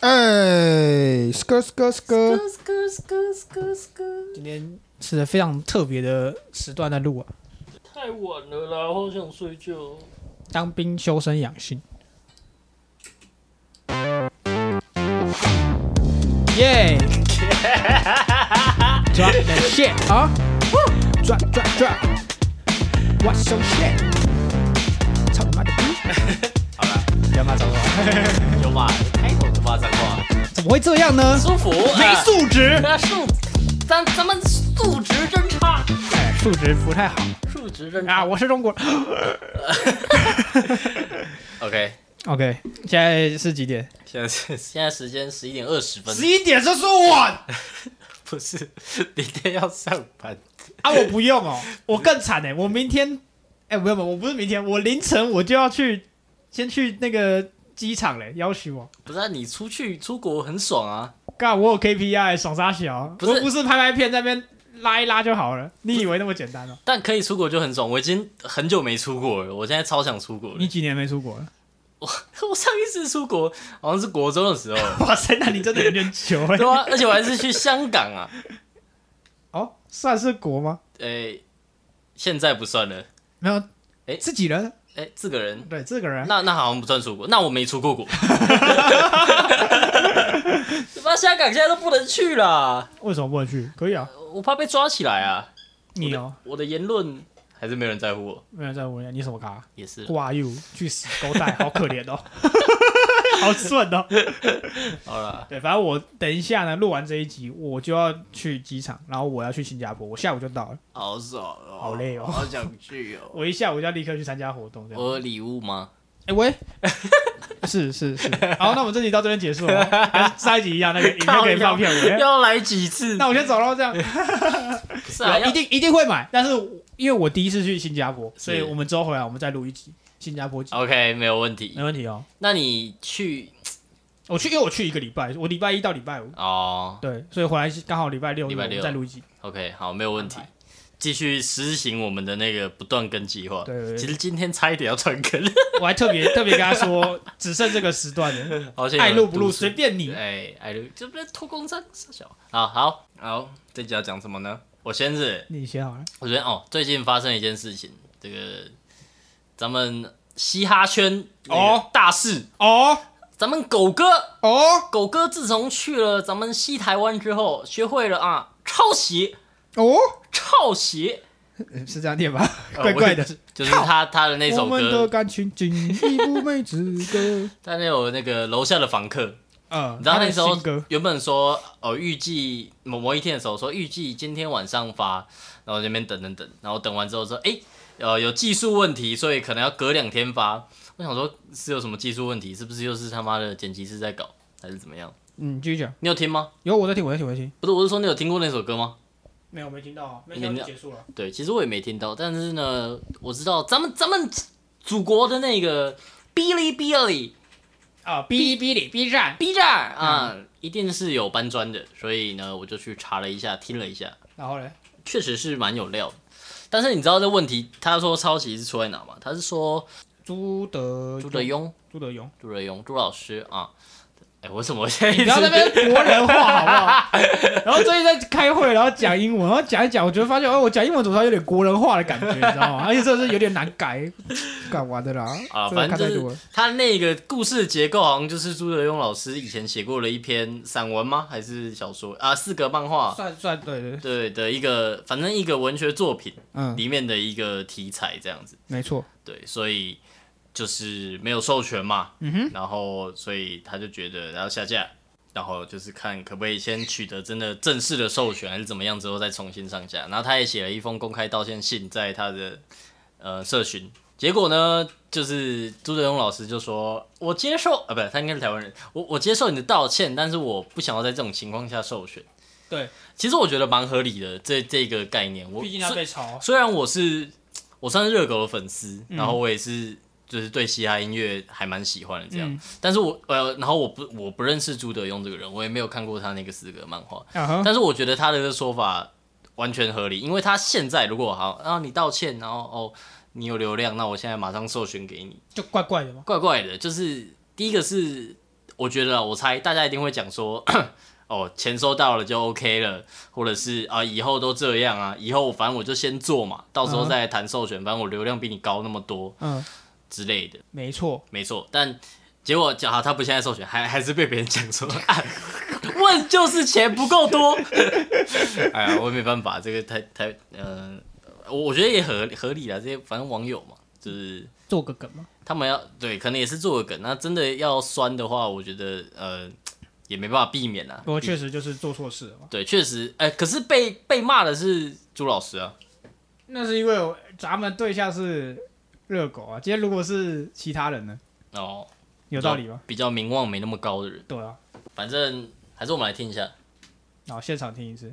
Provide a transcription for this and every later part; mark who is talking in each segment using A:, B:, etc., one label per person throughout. A: 哎，skr skr skr，
B: 咯咯咯咯咯，
C: 今天是非常特别的时段在录啊，
D: 太晚了啦，好想睡觉。
C: 当兵修身养性。耶！抓的 shit 啊！抓抓抓！What's so shit？操 你妈的逼！
E: 好了，
C: 不要骂脏话，
E: 有骂，开口就骂脏话，
C: 怎么会这样呢？
D: 舒服，
C: 没
D: 没
C: 素
E: 哎
C: 质，
D: 那素，咱咱们素质真差，
C: 哎，素质不太好
D: 素质真
C: 啊！
D: 差。
C: 我是中国人。
E: OK，
C: OK，现在是几点？
E: 现在是
D: 现在时间十一点二十分，
C: 十一点是说晚。
E: 不是明天要上班？
C: 啊，我不用哦，我更惨哎、我明天，哎、不用不用，我不是明天，我凌晨我就要去，先去那个机场嘞，要许我。
E: 不是、啊、你出去出国很爽啊，
C: 干，我有 KPI，爽傻小，
E: 不是
C: 我不是拍拍片在那边拉一拉就好了，你以为那么简单哦、
E: 但可以出国就很爽。我已经很久没出国了，我现在超想出国了
C: 你。几年没出国了？
E: 我上一次出国好像是国中的时候，
C: 哇塞，那你真的有点久哎、
E: 对啊，而且我还是去香港啊。
C: 哦，算是国吗？
E: 诶、哎现在不算了。
C: 没有，
E: 哎
C: 自己人，
E: 诶、这个人，
C: 对，这个人，
E: 那那好像不算出国，那我没出 过国。
D: 他妈香港现在都不能去啦，
C: 为什么不能去？可以啊，
E: 我怕被抓起来啊！
C: 你哦，
E: 我的言论还是没有人在乎我，
C: 没有在问你什么卡
E: 也是。
C: ？Who are you？去死狗 仔，好可怜哦，好顺哦。
E: 好了，
C: 对，反正我等一下呢，录完这一集，我就要去机场，然后我要去新加坡，我下午就到了，
E: 好爽哦，
C: 好累哦
E: 好想去 哦。
C: 我一下午就要立刻去参加活动，这样。
E: 我有礼物吗？
C: 哎、喂， 是是是，好，那我们这集到这边结束 了哦，跟上一集一样，那 个影片可以放片 尾。
E: 要来几次？
C: 哎那我先走喽，这样
D: 不是啊，
C: 有一
D: 要
C: 定一定会买，但是我因为我第一次去新加坡，所以
E: 是
C: 我们之后回来我们再录一集新加坡集，
E: OK，没有问题
C: 没。问题哦。
E: 那你去
C: 我去，因为我去一个礼拜，我礼拜一到礼拜五，
E: 哦
C: 对，所以回来刚好礼拜六
E: 礼拜
C: 我们
E: 六
C: 再录一集。
E: ，OK，好，没有问题
C: 安排。
E: 继续实行我们的那个不断更计划。
C: 对对对
E: 哦其实今天差一点要断更了，
C: 我还特别特别跟他说，只剩这个时段 了，
E: 好像有
C: 爱
E: 人
C: 录不录
E: 督促
C: 随便你。
E: 哎，爱录这不是偷工章，傻小。好好好，这集要讲什么呢？我先是，
C: 你写好了。
E: 我觉得哦，最近发生了一件事情，这个咱们嘻哈圈那
C: 哦
E: 个大事，
C: 哦
E: 咱们狗哥
C: 哦
E: 狗哥自从去了咱们西台湾之后，学会了啊抄袭，
C: 哦，
E: 抄袭，
C: 是这样念吧？
E: 呃
C: 怪怪的
E: 我就就是他他的那首
C: 我们的
E: 歌，
C: 感情仅一部妹子 歌。
E: 他那有那个楼下的房客，
C: 嗯，
E: 你知道
C: 他
E: 那
C: 的
E: 时候
C: 新歌
E: 原本说哦预计某某一天的时候说预计今天晚上发，然后那边等等等，然后等完之后说诶，呃有技术问题，所以可能要隔两天发。我想说是有什么技术问题，是不是又是他妈的剪辑师在搞，还是怎么样？
C: 嗯，继续讲。
E: 你有听吗？
C: 有我在听，我在听，我在听。
E: 不是，我是说你有听过那首歌吗？
C: 没有，没听到，哦没
E: 听到就
C: 结束了。
E: 对，其实我也没听到，但是呢，我知道咱们咱们祖国的那个哔哩哔哩
C: 啊，哔哩哔哩、B 站，
E: B 站啊，
C: 嗯
E: 一定是有搬砖的，所以呢，我就去查了一下，听了一下，
C: 然后嘞，
E: 确实是蛮有料的。但是你知道这问题，他说抄袭是出在哪吗？他是说
C: 朱德
E: 朱德，庸、
C: 朱德庸，
E: 朱德庸、朱老师啊，哎，我怎么现在
C: 你
E: 一
C: 不要
E: 直
C: 在那边国人话好不 好？然后最近在开会，然后讲英文，然后讲一讲，我觉得发现，哦，我讲英文怎么好像有点国人话的感觉，你知 道吗？而且这是有点难改，干完的啦。
E: 啊，
C: 真
E: 反
C: 的
E: 正
C: 看太
E: 就
C: 多
E: 是
C: 了。
E: 他那个故事结构好像就是朱德庸老师以前写过了一篇散文吗？还是小说啊？四格漫画，
C: 算算对对，对
E: 对的一个，反正一个文学作品
C: 嗯，
E: 里面的一个题材这样子，
C: 没错。
E: 对，所以就是没有授权嘛，
C: 嗯哼，
E: 然后所以他就觉得然后下架，然后就是看可不可以先取得真的正式的授权还是怎么样之后再重新上架，然后他也写了一封公开道歉信在他的呃社群，结果呢就是朱德庸老师就说我接受啊，不，他应该是台湾人，我我接受你的道歉，但是我不想要在这种情况下授权。
C: 对，
E: 其实我觉得蛮合理的，这这个概念，我虽
C: 炒。啊
E: 虽然我是我算是热狗的粉丝，然后我也是就是对嘻哈音乐还蛮喜欢的这样，
C: 嗯
E: 但是我呃，然后我不我不认识朱德庸这个人，我也没有看过他那个四格漫画，
C: 啊哈，
E: 但是我觉得他的说法完全合理，因为他现在如果好，啊你道歉，然后哦你有流量，那我现在马上授权给你，
C: 就怪怪的嘛。
E: 怪怪的，就是第一个是我觉得啊我猜大家一定会讲说， 哦，钱收到了就 OK 了，或者是啊，以后都这样啊，以后反正我就先做嘛，到时候
C: 嗯
E: 再来谈授权，反正我流量比你高那么多
C: 嗯，
E: 之类的，
C: 没错，
E: 没错。但结果讲好，他不现在授权，还还是被别人讲说， 啊、问就是钱不够多。 哎呀，我也没办法，这个太太，嗯、呃，我我觉得也合合理啊啦，这些反正网友嘛，就是。
C: 做个梗嘛。
E: 他们要对，可能也是做个梗。那真的要酸的话，我觉得呃也没办法避免啊。
C: 不过确实就是做错事了嘛。
E: 对，确实，哎、可是被被骂的是朱老师啊，
C: 嗯那是因为我咱们对象是热狗啊，今天如果是其他人呢，
E: 哦，
C: 有道理吗？
E: 比较名望没那么高的人，
C: 对啊，
E: 反正还是我们来听一下。
C: 然后现场听一次。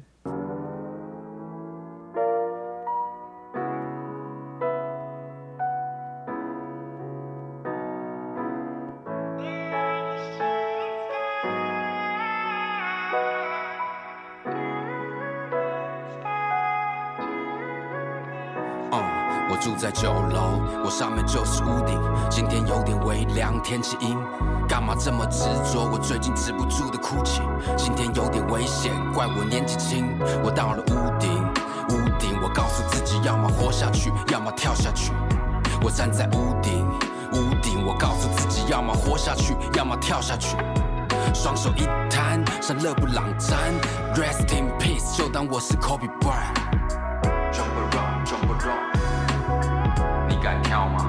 A: 嗯，我住在九楼，我上面就是屋顶。今天有点微凉，天气阴。干嘛这么执着？我最近止不住的哭泣。今天有点危险，怪我年纪轻。我到了屋顶，屋顶，我告诉自己，要么活下去，要么跳下去。我站在屋顶，屋顶，我告诉自己，要么活下去，要么跳下去。双手一摊，像勒布朗詹，Rest in peace，就当我是 Kobe Bryant。Jump around, jump around，你敢跳吗？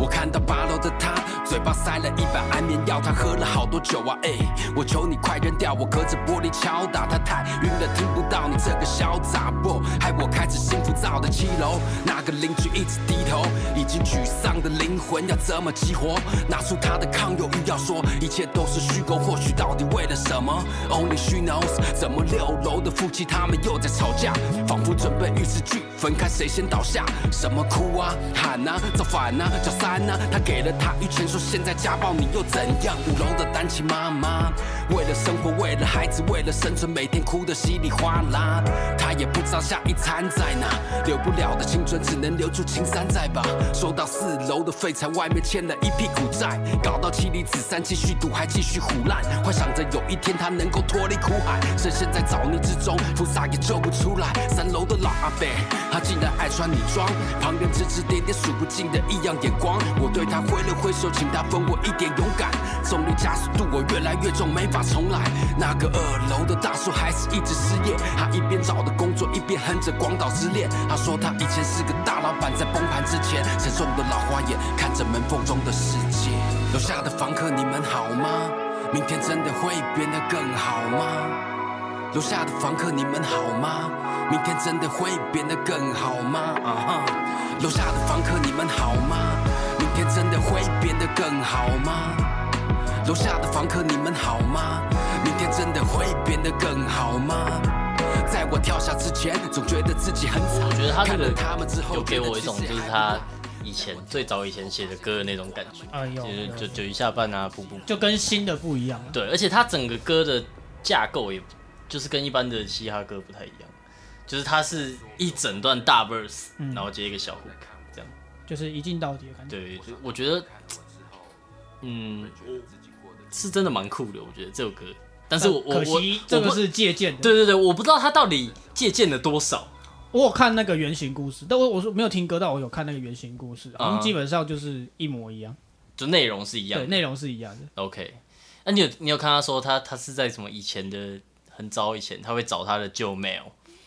A: 我看到八楼的他，嘴巴塞了一百安眠药，他喝了好多酒啊，哎，我求你快扔掉，我隔着玻璃敲打他，太晕了，听不到你这个小杂货，害我开始心浮躁的七楼，那个邻居一直低头，已经沮丧的灵魂要怎么激活？拿出他的抗忧郁药说，一切都是虚构，或许到底为了什么？Only she knows，怎么六楼的夫妻他们又在吵架，仿佛准备玉石俱焚，看谁先倒下，什么哭啊喊啊造反啊叫三啊，他给了他一拳说现在家暴你又怎样？五楼的单亲妈妈为了生活为了孩子为了生存每天哭得稀里哗啦，她也不知道下一餐在哪，留不了的青春只能留住青山在吧。收到四楼的废材，外面欠了一屁股债，搞到妻离子散，继续赌还继续胡烂，幻想着有一天他能够脱离苦海，深陷在沼泥之中，菩萨也救不出来。三楼的老阿伯，他竟然爱穿女装，旁人指指点点数不尽的异样眼光，我对他挥了挥手，请他分我一点勇敢。重力加速度我越来越重，没法重来。那个二楼的大叔还是一直失业，他一边找的工作，一边哼着《广岛之恋》。他说他以前是个大老板，在崩盘之前，沉重的老花眼看着门缝中的世界。楼下的房客，你们好吗？明天真的会变得更好吗？楼下的房客，你们好吗？明天真的会变得更好吗？啊哈！楼下的房客，你们好吗？明天真的会变得更好吗？楼下的房客，你们好吗？明天真的会变得更好吗？在我跳下之前，总觉得自己很惨。
E: 我觉得他这
A: 看
E: 个
A: 了他们之后，
E: 有给
A: 觉得
E: 我一
A: 其
E: 种
A: 实
E: 就是
A: 还不
E: 他
A: 赖
E: 以前最早以前写的歌的那种感觉，
C: 哎呦，
E: 就是
C: 有
E: 就九一下半啊，步步
C: 就跟新的不一样了。
E: 对，而且他整个歌的架构也就是跟一般的嘻哈歌不太一样，就是它是一整段大 verse，、
C: 嗯
E: 然后接一个小 hook，这样。
C: 就是一镜到底的感觉。
E: 对，就我觉得，嗯，我是真的蛮酷的，我觉得这首歌。但是我我
C: 可
E: 我
C: 惜这
E: 我
C: 个
E: 不
C: 是借鉴的。
E: 对对对，我不知道他到底借鉴了多少。
C: 我有看那个原型故事，但我我说没有听歌，但我有看那个原型故事，好
E: 啊
C: 像基本上就是一模一样，
E: 就内容是一样
C: 对，
E: 的。
C: 内容是一样的。
E: OK，那、你有你有看他说他他是在什么以前的很早以前，他会找他的旧 mail，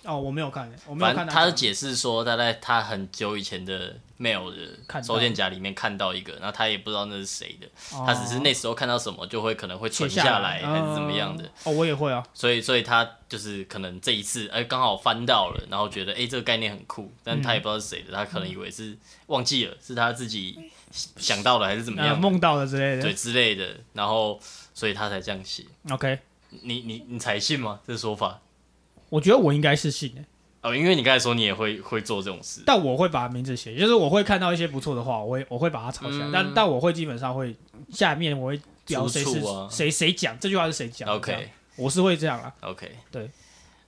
C: 哦，我没有看，我没有
E: 反正
C: 看那
E: 他
C: 个
E: 的解释说他在他很久以前的 mail
C: 看
E: 的
C: 到
E: 收件夹里面看到一个，然后他也不知道那是谁的，
C: 哦
E: 他只是那时候看到什么就会可能会
C: 写
E: 存下来
C: 来
E: 还是怎么样的，。
C: 哦，我也会啊，
E: 所以所以他就是可能这一次哎刚、好翻到了，然后觉得哎、这个概念很酷，但他也不知道是谁的，他可能以为是忘记了是他自己想到的还是怎么
C: 呃，
E: 样的，
C: 梦到的之类
E: 对
C: 的。
E: 之类的，然后所以他才这样写。
C: OK，
E: 你你你才信吗？这说法
C: 我觉得我应该是信的，
E: 哦，因为你刚才说你也会会做这种事，
C: 但我会把名字写，就是我会看到一些不错的话，我会我会把它抄下来，
E: 嗯
C: 但但我会基本上会下面我会标谁
E: 出
C: 是
E: 处啊
C: 谁谁讲这句话是谁讲的
E: OK
C: 啊这样我是会这样啦，
E: OK，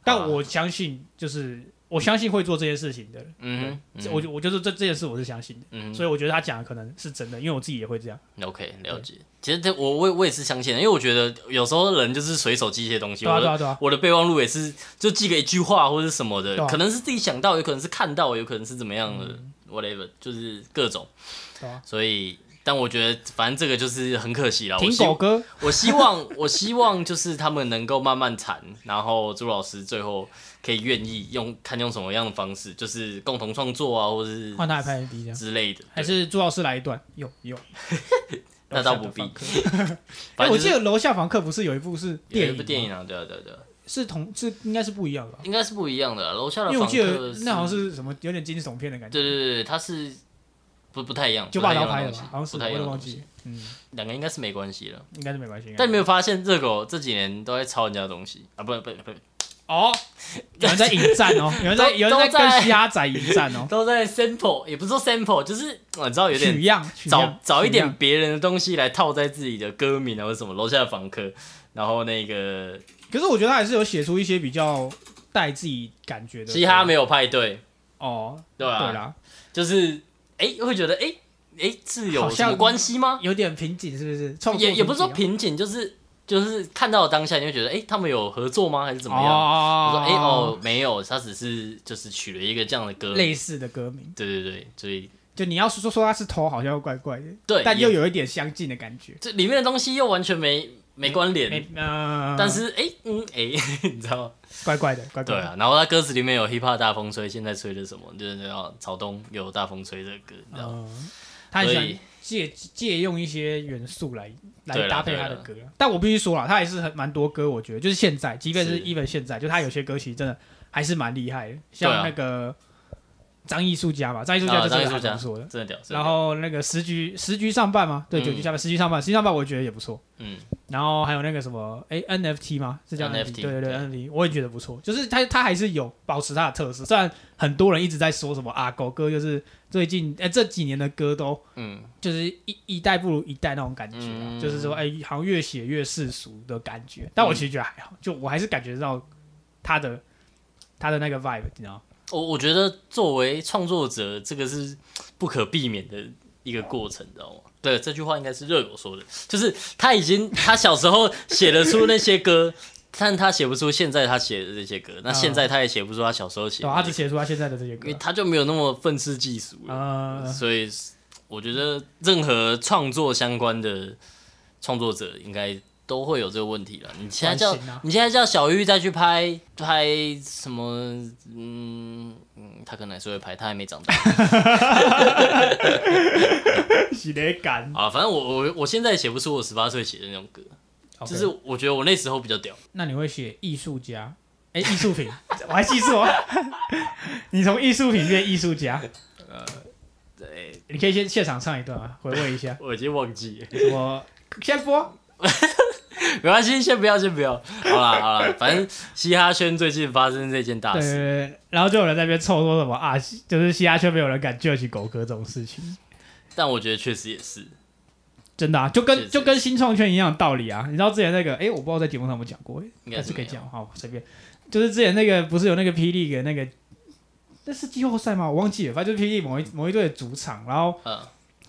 C: 但
E: 好啊
C: 我相信就是。我相信会做这些事情的人。
E: 嗯哼，
C: 这我就我就是这这件事我是相信的，
E: 嗯哼
C: 所以我觉得他讲的可能是真的，因为我自己也会这样。
E: OK，了解。其实这我我也我也是相信的，因为我觉得有时候人就是随手记一些东西。
C: 对啊
E: 我的
C: 对啊对啊
E: 我的备忘录也是就记个一句话或者什么的，
C: 对啊嗯
E: 可能是自己想到，有可能是看到，有可能是怎么样的、whatever，就是各种。
C: 对啊
E: 所以，但我觉得反正这个就是很可惜了。我
C: 听
E: 希
C: 狗哥，
E: 我希望我希望就是他们能够慢慢谈，然后朱老师最后可以愿意用看用什么样的方式，就是共同创作啊，或者是
C: 换他来拍 MV 这样，
E: 之类的。
C: 还是朱老师来一段？有有，
E: 那倒不必
C: 楼下的房客。
E: 反
C: 哎，
E: 正
C: 我
E: 就是
C: 记得楼下房客不是有一部是
E: 有
C: 电
E: 一
C: 影
E: 部
C: 吗，
E: 电影啊，对啊对啊对啊。
C: 是同是应该是不一样的吧，
E: 应该是不一样的啊。楼下的
C: 因为
E: 房
C: 我
E: 客
C: 记得那好像是什么有点惊悚片的感觉，
E: 对对对对，他是不不太一样，
C: 九把刀
E: 刀
C: 拍
E: 的
C: 的
E: 东
C: 吧
E: 西，
C: 好像是
E: 不
C: 我
E: 太一样的
C: 也忘
E: 东西
C: 记，，嗯，
E: 两个应该是没关系的。
C: 应该是没关系。应该
E: 但
C: 是
E: 你没有发现热狗这几年都在抄人家的东西啊？不不不，
C: 哦，有人在引战哦，有人在
E: 都
C: 有人在
E: 都在
C: 跟嘻哈仔引战哦，
E: 都在 sample，也不是说 sample，就是我知道有
C: 取
E: 点
C: 样，取
E: 找
C: 样
E: 找一
C: 取
E: 点
C: 样
E: 别人的东西来套在自己的歌名啊，或者什么楼下的房客，然后那个
C: 可是我觉得他还是有写出一些比较带自己感觉的
E: 嘻哈没有派对，
C: 哦，
E: 对啊
C: 对啦，
E: 就是哎、会觉得哎哎、是有
C: 好
E: 什
C: 像
E: 么关系吗？
C: 有点瓶颈是不是？创作
E: 也也不是说
C: 瓶
E: 瓶颈，就是就是看到当下你会觉得，哎、他们有合作吗？还是怎
C: 怎
E: 么样？我
C: 哦
E: 说，哎、哦，没有，他只是就是取了一个这样的歌名，
C: 类似的歌名，
E: 对对对，所以
C: 就你要是说说他是偷，好像又怪怪的，
E: 对
C: 但
E: 也
C: 又有一点相近的感觉。
E: 这里面的东西又完全没没关
C: 没
E: 联，，
C: 呃，
E: 但是哎、嗯哎、 你知道吗？
C: 怪怪的，怪怪
E: 对
C: 的。
E: 啊，然后他歌词里面有 hip hop 大风吹，现在吹的什么？就是那种草东有大风吹这个歌，你知道吗？
C: 嗯，他很喜
E: 所以
C: 欢借借用一些元素来
E: 对啦
C: 来搭配他
E: 对
C: 的
E: 啦
C: 歌，但我必须说了，他也是很蛮多歌，我觉得就是现在，即便是
E: 是
C: even 现在，就他有些歌其实真的还是蛮厉害的，
E: 对啊
C: 像那个张艺术家嘛，张艺术
E: 啊
C: 家就
E: 张艺
C: 是
E: 术
C: 还
E: 家
C: 不错的。
E: 真的屌，真的屌
C: 然后那个十局十局上半吗？对，
E: 嗯
C: 九局下半，十局上半，十局上半我觉得也不错。
E: 嗯，
C: 然后还有那个什么，哎，NFT 吗？是叫
E: NFT
C: 对对对
E: 对
C: ，NFT，我也觉得不错。就是他他还是有保持他的特色，虽然很多人一直在说什么啊，狗哥就是最近哎这几年的歌都
E: 嗯
C: 就是一一代不如一代那种感觉啊，
E: 嗯
C: 就是说哎好像越写越世俗的感觉。但我其实觉得还好，就我还是感觉到他的他的那个 vibe，你知道吗？
E: 我我觉得作为创作者，这个是不可避免的一个过程，你知道吗？对，这句话应该是热狗说的，就是他已经他小时候写得出那些歌，但他写不出现在他写的这些歌，那现在他也写不出他小时候写
C: 嗯
E: 的
C: 对吧，
E: 那
C: 他
E: 些
C: 只
E: 歌，
C: 写出他现在的这些歌
E: 因为，他就没有那么愤世嫉俗了，
C: 呃，
E: 所以我觉得任何创作相关的创作者应该。都会有这个问题了。你现在叫、
C: 关心啊
E: 你现在叫小玉再去拍拍什么？嗯嗯，他可能还是会拍，他还没长大。
C: 喜得感，
E: 啊，反正我我我现在写不出我十八岁写的那种歌，就
C: OK
E: 是我觉得我那时候比较屌。
C: 那你会写艺术家？哎、艺术品， 我还记错。啊 你从艺术品变艺术家，
E: 对，。
C: 你可以先现场唱一段啊，回味一下
E: 我已经忘记了，
C: 我先播，
E: 没关系，先不要，先不要。好啦好啦，反正嘻哈圈最近发生这件大
C: 对对
E: 事，
C: 对，对然后就有人在那边凑说什么啊，就是嘻哈圈没有人敢救起狗哥这种事情，
E: 但我觉得确实也是，
C: 真的啊，就
E: 是
C: 跟
E: 是
C: 就跟新创圈一样的道理啊。你知道之前那个，哎、我不知道在节目上有没有讲过、哎
E: 应该
C: 还是可以
E: 没有
C: 讲，好随便。就是之前那个不是有那个霹雳的那个，那是季后赛吗？我忘记了，反正就是霹雳某一某一队的主场，然后
E: 嗯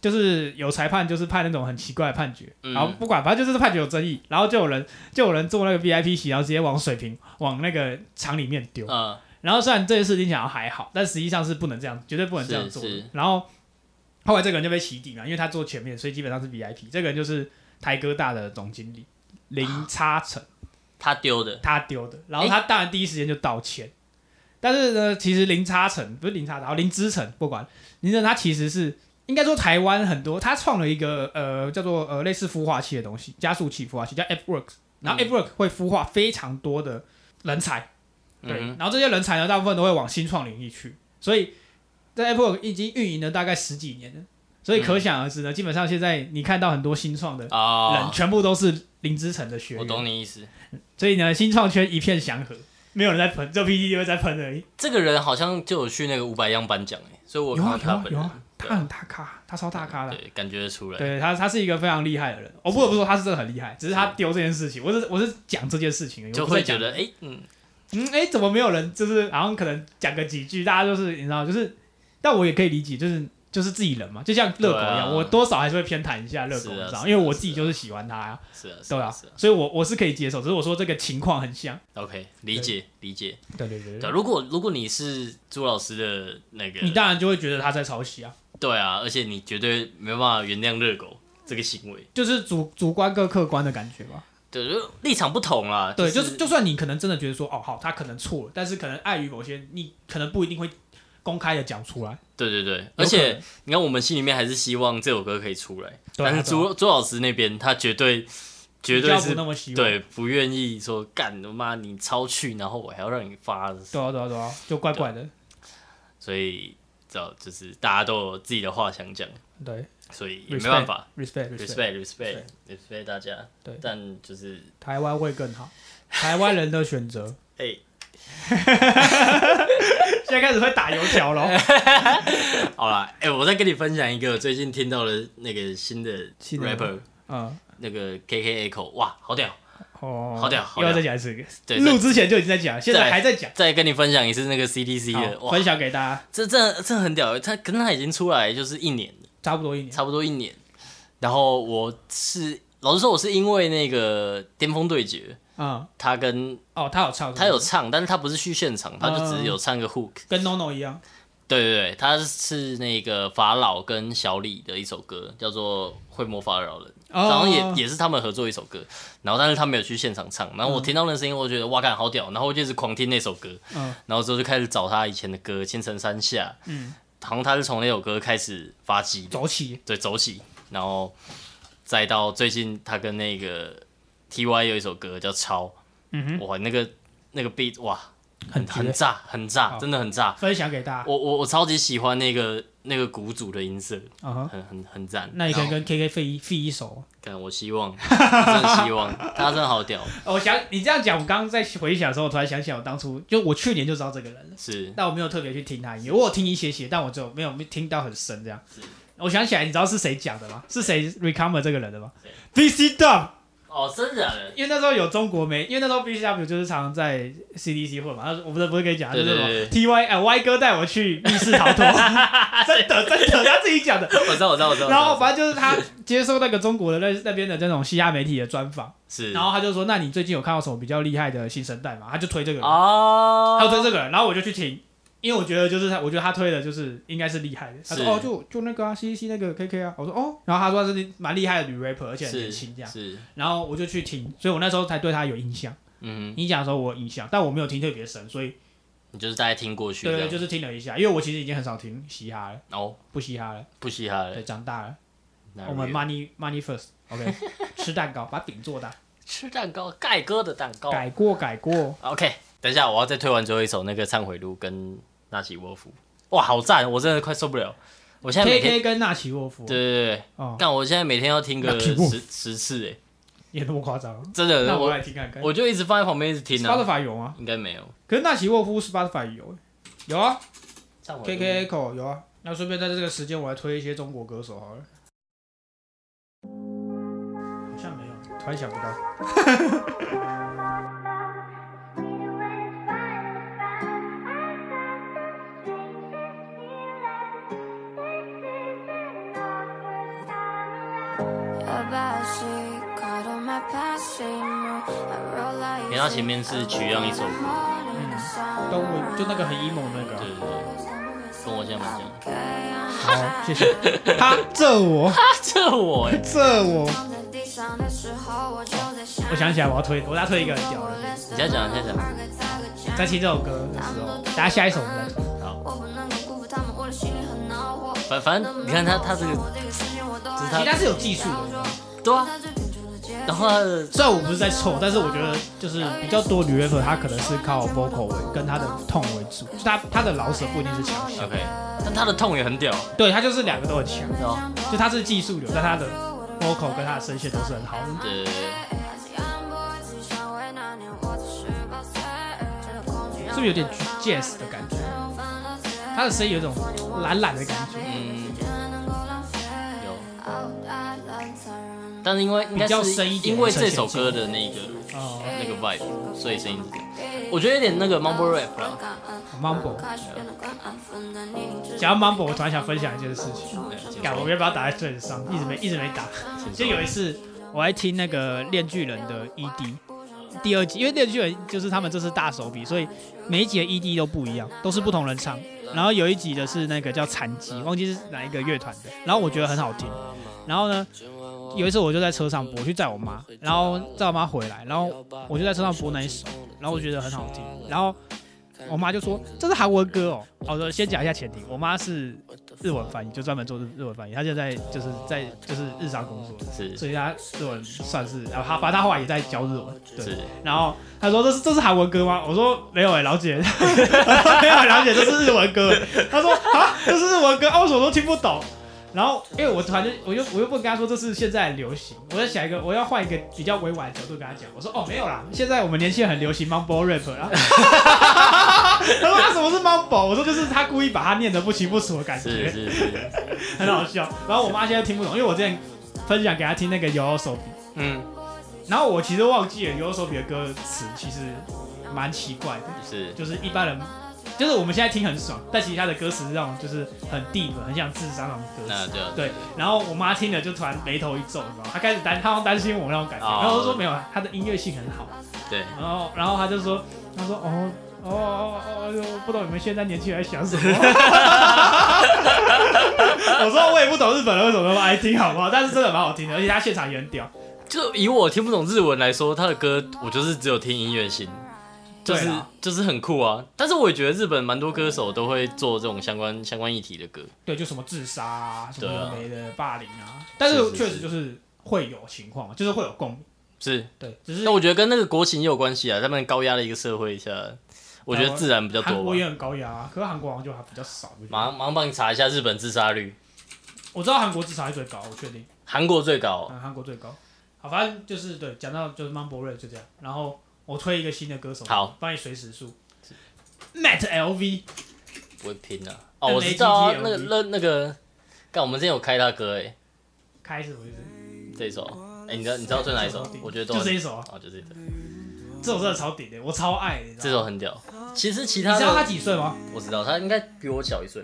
C: 就是有裁判就是判那种很奇怪的判决，
E: 嗯
C: 然后不管，反正就是判决有争议，然后就有人就有人做那个 VIP 席，然后直接往水瓶往那个场里面丢。
E: 嗯
C: 然后虽然这件事情讲还好，但实际上是不能这样，绝对不能这样做的
E: 是是
C: 然后后来这个人就被起底嘛，因为他坐前面，所以基本上是 VIP。这个人就是台哥大的总经理林差成。
E: 他丢的，
C: 他丢的，然后他当然第一时间就道歉。但是呢，其实林差成不是林差成，然后林之成不管林之成他其实是应该说台湾很多，他创了一个呃叫做呃类似孵化器的东西，加速器孵化器叫 AppWorks，然
E: 嗯
C: 后 AppWorks 会孵化非常多的人才，对，
E: 嗯哼，
C: 然后这些人才呢大部分都会往新创领域去，所以在 AppWorks 已经运营了大概十几年了，所以
E: 嗯
C: 可想而知呢，基本上现在你看到很多新创的人、
E: 啊，
C: 全部都是林之成的学员，
E: 我懂你意思。
C: 所以呢，新创圈一片祥和，没有人在喷，只有 PPT 会在喷而已。
E: 这个人好像就有去那个五百样颁奖哎，所以我
C: 有
E: 看到
C: 啊有
E: 他
C: 啊
E: 本
C: 有
E: 人
C: 啊，，他很大咖，他超大咖的。
E: 对，感觉得出来。
C: 对他，他是一个非常厉害的人。哦我不得不说，他是真的很厉害，只是他丢这件事情，我是我是讲这件事情而已，
E: 就
C: 我不是
E: 会
C: 在讲
E: 觉得哎、嗯，
C: 嗯，哎，怎么没有人就是好像可能讲个几句，大家就是你知道，就是，但我也可以理解，就是就是自己人嘛，就像热狗一
E: 对
C: 样，
E: 啊
C: 我多少还是会偏袒一下热
E: 是啊
C: 狗，你知
E: 是
C: 道，
E: 啊
C: 因为我自己就是喜欢他呀，
E: 是啊，是
C: 对
E: 啊，
C: 啊
E: 是啊，
C: 所以我我是可以接受，只是我说这个情况很像，
E: ，OK，理解理解。
C: 对对对
E: 对，啊如果如果你是朱老师的那个，
C: 你当然就会觉得他在抄袭啊，
E: 对啊，而且你绝对没办法原谅热狗这个行为。
C: 就是主主观跟客观的感觉吧。
E: 对，就立场不同啦。
C: 对，
E: 啊就
C: 就是就算你可能真的觉得说，哦，好，他可能错了，但是可能碍于某些，你可能不一定会公开的讲出来。
E: 对对对，而且你看，我们心里面还是希望这首歌可以出来，但是
C: 猪
E: 朱朱老师那边他绝对绝对
C: 啊不
E: 是
C: 那么希望。
E: 对不愿意说干他妈你超去，然后我还要让你发，
C: 对啊，对啊，对啊，就怪怪的。
E: 所以知道就是大家都有自己的话想讲，
C: 对
E: 所以也没办法。
C: ，respect，respect，respect，
E: respect respect respect 大家，
C: 对，
E: 但就是
C: 台湾会更 好，台湾人的选择。
E: 哎、
C: 现在开始会打油条喽。
E: 好啦，哎、我再跟你分享一个我最近听到的那个新的
C: 新的
E: rapper，
C: 嗯，
E: 那个 KK Echo，哇，好屌！
C: 哦，
E: 好屌好屌
C: 又要再讲一次。
E: 对
C: 录之前就已经在讲，现在还在讲。
E: 再跟你分享一次那个 CDC 的，
C: 好，
E: 哇
C: 分，享给大家，
E: 这这这很屌，他可能他已经出来就是一年了，
C: 差不多一年。
E: 差不多一年。然后我是老实说，我是因为那个巅峰对决，
C: 嗯，
E: 他跟
C: 哦，他有唱，
E: 他有唱，但是他不是去现场，他就
C: 嗯
E: 只是有唱个 hook。
C: 跟 NONO 一样。
E: 对对对，他是那个法老跟小李的一首歌，叫做《会魔法的老人》，
C: 哦
E: 然后也也是他们合作一首歌，然后但是他没有去现场唱，然后我听到那声音，我觉得哇干好屌，然后我就一直狂听那首歌，
C: 嗯
E: 然后之后就开始找他以前的歌《千层山下》，
C: 嗯，
E: 好像他是从那首歌开始发迹的，
C: 走起。
E: 对，走起，然后再到最近他跟那个 T Y 有一首歌叫《超
C: 嗯哼》，，
E: 哇，那个那个 beat 哇，
C: 很
E: 很
C: 很
E: 炸，很炸，
C: 好
E: 真的很炸，
C: 分享给大家。
E: 我我我超级喜欢那个那个鼓组的音色，
C: 嗯哼。
E: 很很很赞。
C: 那你可以
E: 然后
C: 跟 KK 费一费一手。
E: 干，我希望，我真的希望，他真的好屌，
C: 哦我想你这样讲，我刚刚在回想的时候，我突然想起来，我当初就我去年就知道这个人了，
E: 是
C: 但我没有特别去听他音乐，我有听一些些，但我就没有没听到很深这样。我想起来，你知道是谁讲的吗？是谁 recover 这个人的吗？BC Dub，
E: 哦，真的假 的？
C: 因为那时候有中国媒，因为那时候 BC Dub 就是常常在 CDC 混嘛，他说我不是不是跟你讲，他
E: 对
C: 就是什
E: 对对
C: 么 TY 哎 Y 哥带我去密室逃脱， 真的真的他自己讲的。
E: 我知道，我知道，我知道。
C: 然后
E: 我知道
C: 反正就是他接受那个中国的那那边的那种西亚媒体的专访，
E: 是，
C: 然后他就说：“那你最近有看到什么比较厉害的新生代吗？”他就推这个人，
E: 哦，
C: 他就推这个人，然后我就去听，因为我觉得就是他，我觉得他推的就是应该是厉害的。他说：“
E: 是
C: 哦，就就那个啊，C C 那个 K K 啊。”我说：“哦。”然后他说他是蛮厉害的女 rapper，而且很
E: 是
C: 年轻这样。
E: 是，
C: 然后我就去听，所以我那时候才对他有印象。
E: 嗯，
C: 你讲的时候我有印象，但我没有听特别深，所以
E: 你就是大概听过去
C: 对
E: 这
C: 对，
E: 样，
C: 就是听了一下，因为我其实已经很少听嘻哈了，
E: 哦，
C: 不嘻哈了，
E: 不嘻哈了
C: 对，。长大了。
E: 哪
C: 我们
E: 里
C: money money first，OK，、吃 蛋糕，把饼做大，
E: 吃蛋糕，盖哥的蛋糕。
C: 改过改过，
E: OK，等一下，我要再推完最后一首那个忏悔录跟纳西沃夫，哇，好赞，我真的快受不了，我现在每
C: K
E: 天，
C: K 跟纳奇沃夫，
E: 对对对。
C: 哦，
E: 但我现在每天要听个
C: Lucky Wolf
E: 十十次哎，
C: 也那么夸张。
E: 真的，
C: 那我
E: 呃我
C: 来听看看。
E: 我就一直放在旁边一直听啊，
C: Spotify 有吗？
E: 应该没有。
C: 可是纳奇沃夫 Spotify 有欸，有啊
E: 上回
C: ，K K Echo 有啊。那顺便在这个时间，我来推一些中国歌手好了。好像没有，突然想不到。
E: 因为它前面是取样一首歌，
C: 东嗯文就那个很 emo 的那个
E: 对
C: 啊。
E: 对对，跟我现在蛮像的。
C: 好，啊谢 谢。他这我
E: 啊，这我哎，
C: 这我，我
F: 我
C: 想
F: 想
C: 起
F: 起来，
C: 来我要推，我
F: 我
C: 要
F: 要
C: 推
F: 推
C: 一
F: 一
C: 个
F: 个
C: 很
F: 很
C: 屌
F: 屌
C: 的。
F: 的。
E: 你先讲你先讲
F: 讲
C: 在
F: 在听
C: 听这首歌的时候，大家下一首我们再推。
E: 好，
F: 我不能够辜负他们，我的心里很恼火。
E: 反反正嗯你看他他这个，
F: 就是
E: 他
C: 其实它是有技术的，
E: 对啊，然后啊他的
C: 虽然我不是在臭，但是我觉得就是比较多女 rapper，她可能是靠 vocal 为跟她的痛为主，就她她的饶舌不一定是强项。
E: OK，但他的痛也很屌，
C: 对，她就是两个都很强。
E: 对啊
C: 就他是技术流，但他的 vocal 跟他的声线都是很好的。
E: 对对对，
C: 是不是有点 jazz 的感觉？他的声音有一种懒懒的感觉。
E: 嗯，有，但是因为应该
C: 比较
E: 是
C: 深一点
E: 因为这首歌的那个
C: 哦
E: 那个 vibe，所以声音是这样。我觉得有点那个 mumble rap 啦，
C: ，Mumble。
F: 想
C: 讲
F: 要
C: 到
F: mumble，
C: Mumble，我
F: 我突
C: 突
F: 然
C: 然想
F: 想分
C: 分
F: 享
C: 享一
F: 一件
C: 件
F: 事
C: 事
F: 情
C: 情，
E: 请
C: 干，
E: 说
C: 我原本要打在正上，一直没一直没打。就有一次，我还听那个《恋巨人》的 ED 第二集，因为《恋巨人》就是他们这次大手笔，所以每一集的 ED 都不一样，都是不同人唱。然后有一集的是那个叫残疾，忘记是哪一个乐团的，然后我觉得很好听。然后呢，有一次我就在车上播，我去载我妈，然后载我妈回来，然后我就在车上播那一首，然后我觉得很好听，然后。我妈就说这是韩文歌哦，好的，先讲一下前提。我妈是日文翻译，就专门做日日文翻译，她现在就是在就是日常工作，
E: 是
C: 所以他日文算是，然后他反正他后来也在教日文，对
E: 是。
C: 然后他说这是这是韩文歌吗？我说没有哎、老姐， 没有老姐，这是日文歌。他说啊，这是日文歌，啊，我什么都听不懂。然后因为我突然就我又我又不跟他说这是现在流行，我在想一个我要换一个比较委婉的角度跟他讲，我说哦没有啦，现在我们年轻人很流行 mumble rap 啦。 他说他啊什么是 mumble？我说就是他故意把它念得不清不楚的感觉。
E: 是是是，
C: 很好笑。然后我妈现在听不懂，因为我之前分享给她听那个《有手笔》，
E: 嗯，
C: 然后我其实忘记了《有手笔》的歌词其实蛮奇怪的，
E: 是
C: 就是一般人，就是我们现在听很爽，但其实它的歌词是那种就是很 deep、很像智商那种歌
E: 那
C: 词。
E: 对啊
C: 对，然后我妈听了就突然眉头一皱，你知道吗？她开始担，她好像担心我那种感觉，
E: 哦
C: 然后我就说没有，啊，她的音乐性很好。
E: 对，
C: 然后然后他就说，他说哦哦哦哦，我不懂你们现在年轻人在想什么。 我说我也不懂日本人为什么那么爱听，好不好？但是真的蛮好听的，而且他现场也很屌。
E: 就以我听不懂日文来说，他的歌我就是只有听音乐性，就是
C: 对啦
E: 就是很酷啊。但是我也觉得日本蛮多歌手都会做这种相关相关议题的歌，
C: 对，就什么自杀啊，什
E: 对
C: 么
E: 啊
C: 没的霸凌啊，但是
E: 是是
C: 确实就是会有情况，就是会有共鸣。
E: 是。
C: 对，只是
E: 但我觉得跟那个国情也有关系啊，他们高压的一个社会下，我觉得自然比较
C: 韩
E: 多
C: 国也
E: 吧。
C: 很高压、啊，可是韩国好像就还比较少。我觉得
E: 马上马上帮你查一下日本自杀率，
C: 我知道韩国自杀率最高，我确定。
E: 韩国最高。
C: 嗯，韩国最高。好，反正就是对，讲到就是 Mumble Rap 就这样。然后我推一个新的歌手，
E: 好，
C: 帮你随时数。Matt LV，
E: 不会拼啊。哦，
C: M A T T
E: 我知道啊
C: L，V
E: 那个那那个，干，我们之前有开他歌诶，
C: 开始我就是
E: 这一首，哎、你知道你知道这哪一首
C: 这首？
E: 我觉得都
C: 就
E: 很
C: 这一首啊，
E: 哦，就这一首，
C: 这首真的超顶的，我超爱的。你
E: 这
C: 知
E: 首
C: 道吗
E: 很屌。其实其
C: 哦你
E: 他
C: 知道他
E: 的
C: 几岁吗？
E: 我知道，他应该比我小一岁。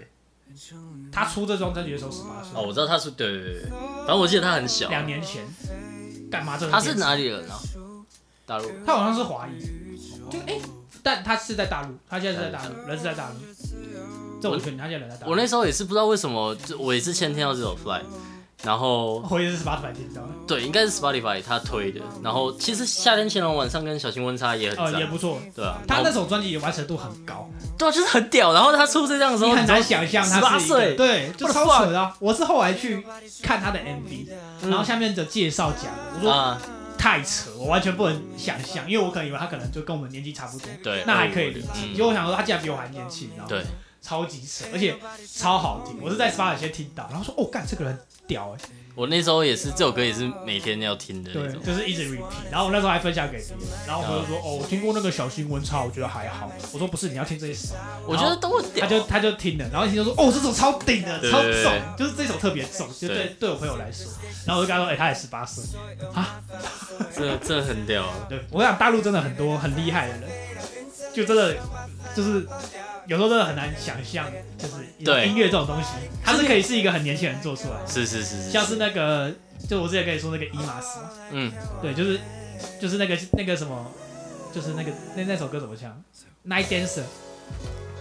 C: 他出这张专辑的时候十八岁
E: 哦，，我知道他是对对对，对反正我记得他很小。
C: 两年前。干嘛这？
E: 他是？哪里人啊？大陆。
C: 他好像是华裔，就哎、但他是在大陆，他现在是在大陆，人是在大陆。这我确定，他现在人在大陆。
E: 我那时候也是不知道为什么，就我也是先听到这首 Fly，然后
C: 我也是 Spotify 听到的，
E: 对，应该是 Spotify 他推的。然后其实夏天乾隆晚上跟小型温差也很
C: 呃，
E: 赞
C: 也，不错。
E: 对啊。
C: 他
E: 然后
C: 那首专辑也完成度很高，
E: 对啊，就是很屌。然后他出这张的时
C: 你
E: 候，
C: 很
E: 你知道
C: 难想象
E: 18
C: 他是一个
E: 岁
C: 对，就
E: What the
C: 超扯的啊、我是后来去看他的 MV，、然后下面的介绍讲，我说、
E: 嗯啊，
C: 太扯，我完全不能想象，因为我可能以为他可能就跟我们年纪差不多，
E: 对，
C: 那还可以理解。
E: 嗯
C: 结果我想说他竟然比我还年轻，然后
E: 对，
C: 超级扯，而且超好听。我是在 Spotify 先听到，然后说哦，干这个人屌哎、
E: 我那时候也是这首歌也是每天要听的那
C: 对，
E: 种。
C: 就是一直 repeat。然后我那时候还分享给别人，然后我朋友说
E: 啊
C: 哦，我听过那个小新闻差，我觉得还好。我说不是，你要听这一首。
E: 我觉得都很屌。
C: 他就他就听了，然后一听就说哦，这首超顶的，
E: 对
C: 超
E: 对
C: 重
E: 对，
C: 就是这首特别重，就对
E: 对
C: 对我朋友来说，然后我就跟他说，哎、他也十八岁，啊
E: 这这很屌。
C: 对我想大陆真的很多很厉害的人，就真的就是有时候真的很难想象，就是
E: 对
C: 音乐这种东西，它是可以是一个很年轻人做出来的，
E: 是是是是，
C: 像是那个就我之前跟你说那个伊马斯，
E: 嗯，
C: 对，就是就是那个那个什么，就是那个那那首歌怎么唱？Night Dancer，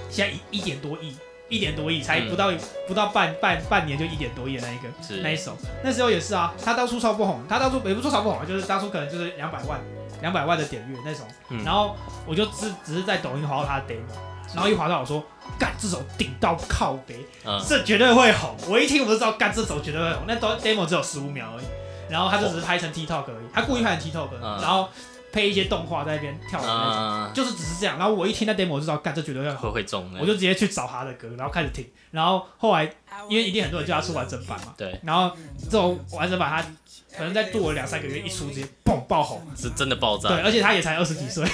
C: 现在一一点多亿，一点多亿，才
E: 嗯
C: 不到、不到半半半年就一点多亿的那一个
E: 是
C: 那一首，那时候也是啊，他当初超不红，他当初也不是说超不红啊，就是当初可能就是两百万两百万的点阅那首，
E: 嗯
C: 然后我就只只是在抖音滑到他的 demo，然后一滑到我说。干这首顶到靠北，
E: 嗯，
C: 这绝对会红。我一听我就知道，干这首绝对会红。那 demo- demo 只有十五秒而已，然后他就只是拍成 TikTok 而已，他故意拍成 TikTok，、
E: 嗯
C: 然后配一些动画在那边跳舞那种，
E: 嗯，
C: 就是只是这样。然后我一听那 demo 我就知道，干这绝对会
E: 会
C: 红，
E: 会中的，
C: 我就直接去找他的歌，然后开始听。然后后来因为一定很多人叫他出完整版嘛，
E: 对，
C: 然后这种完整版他可能在做了两三个月，一出直接嘣爆红，
E: 是真的爆炸。
C: 对，而且他也才二十几岁，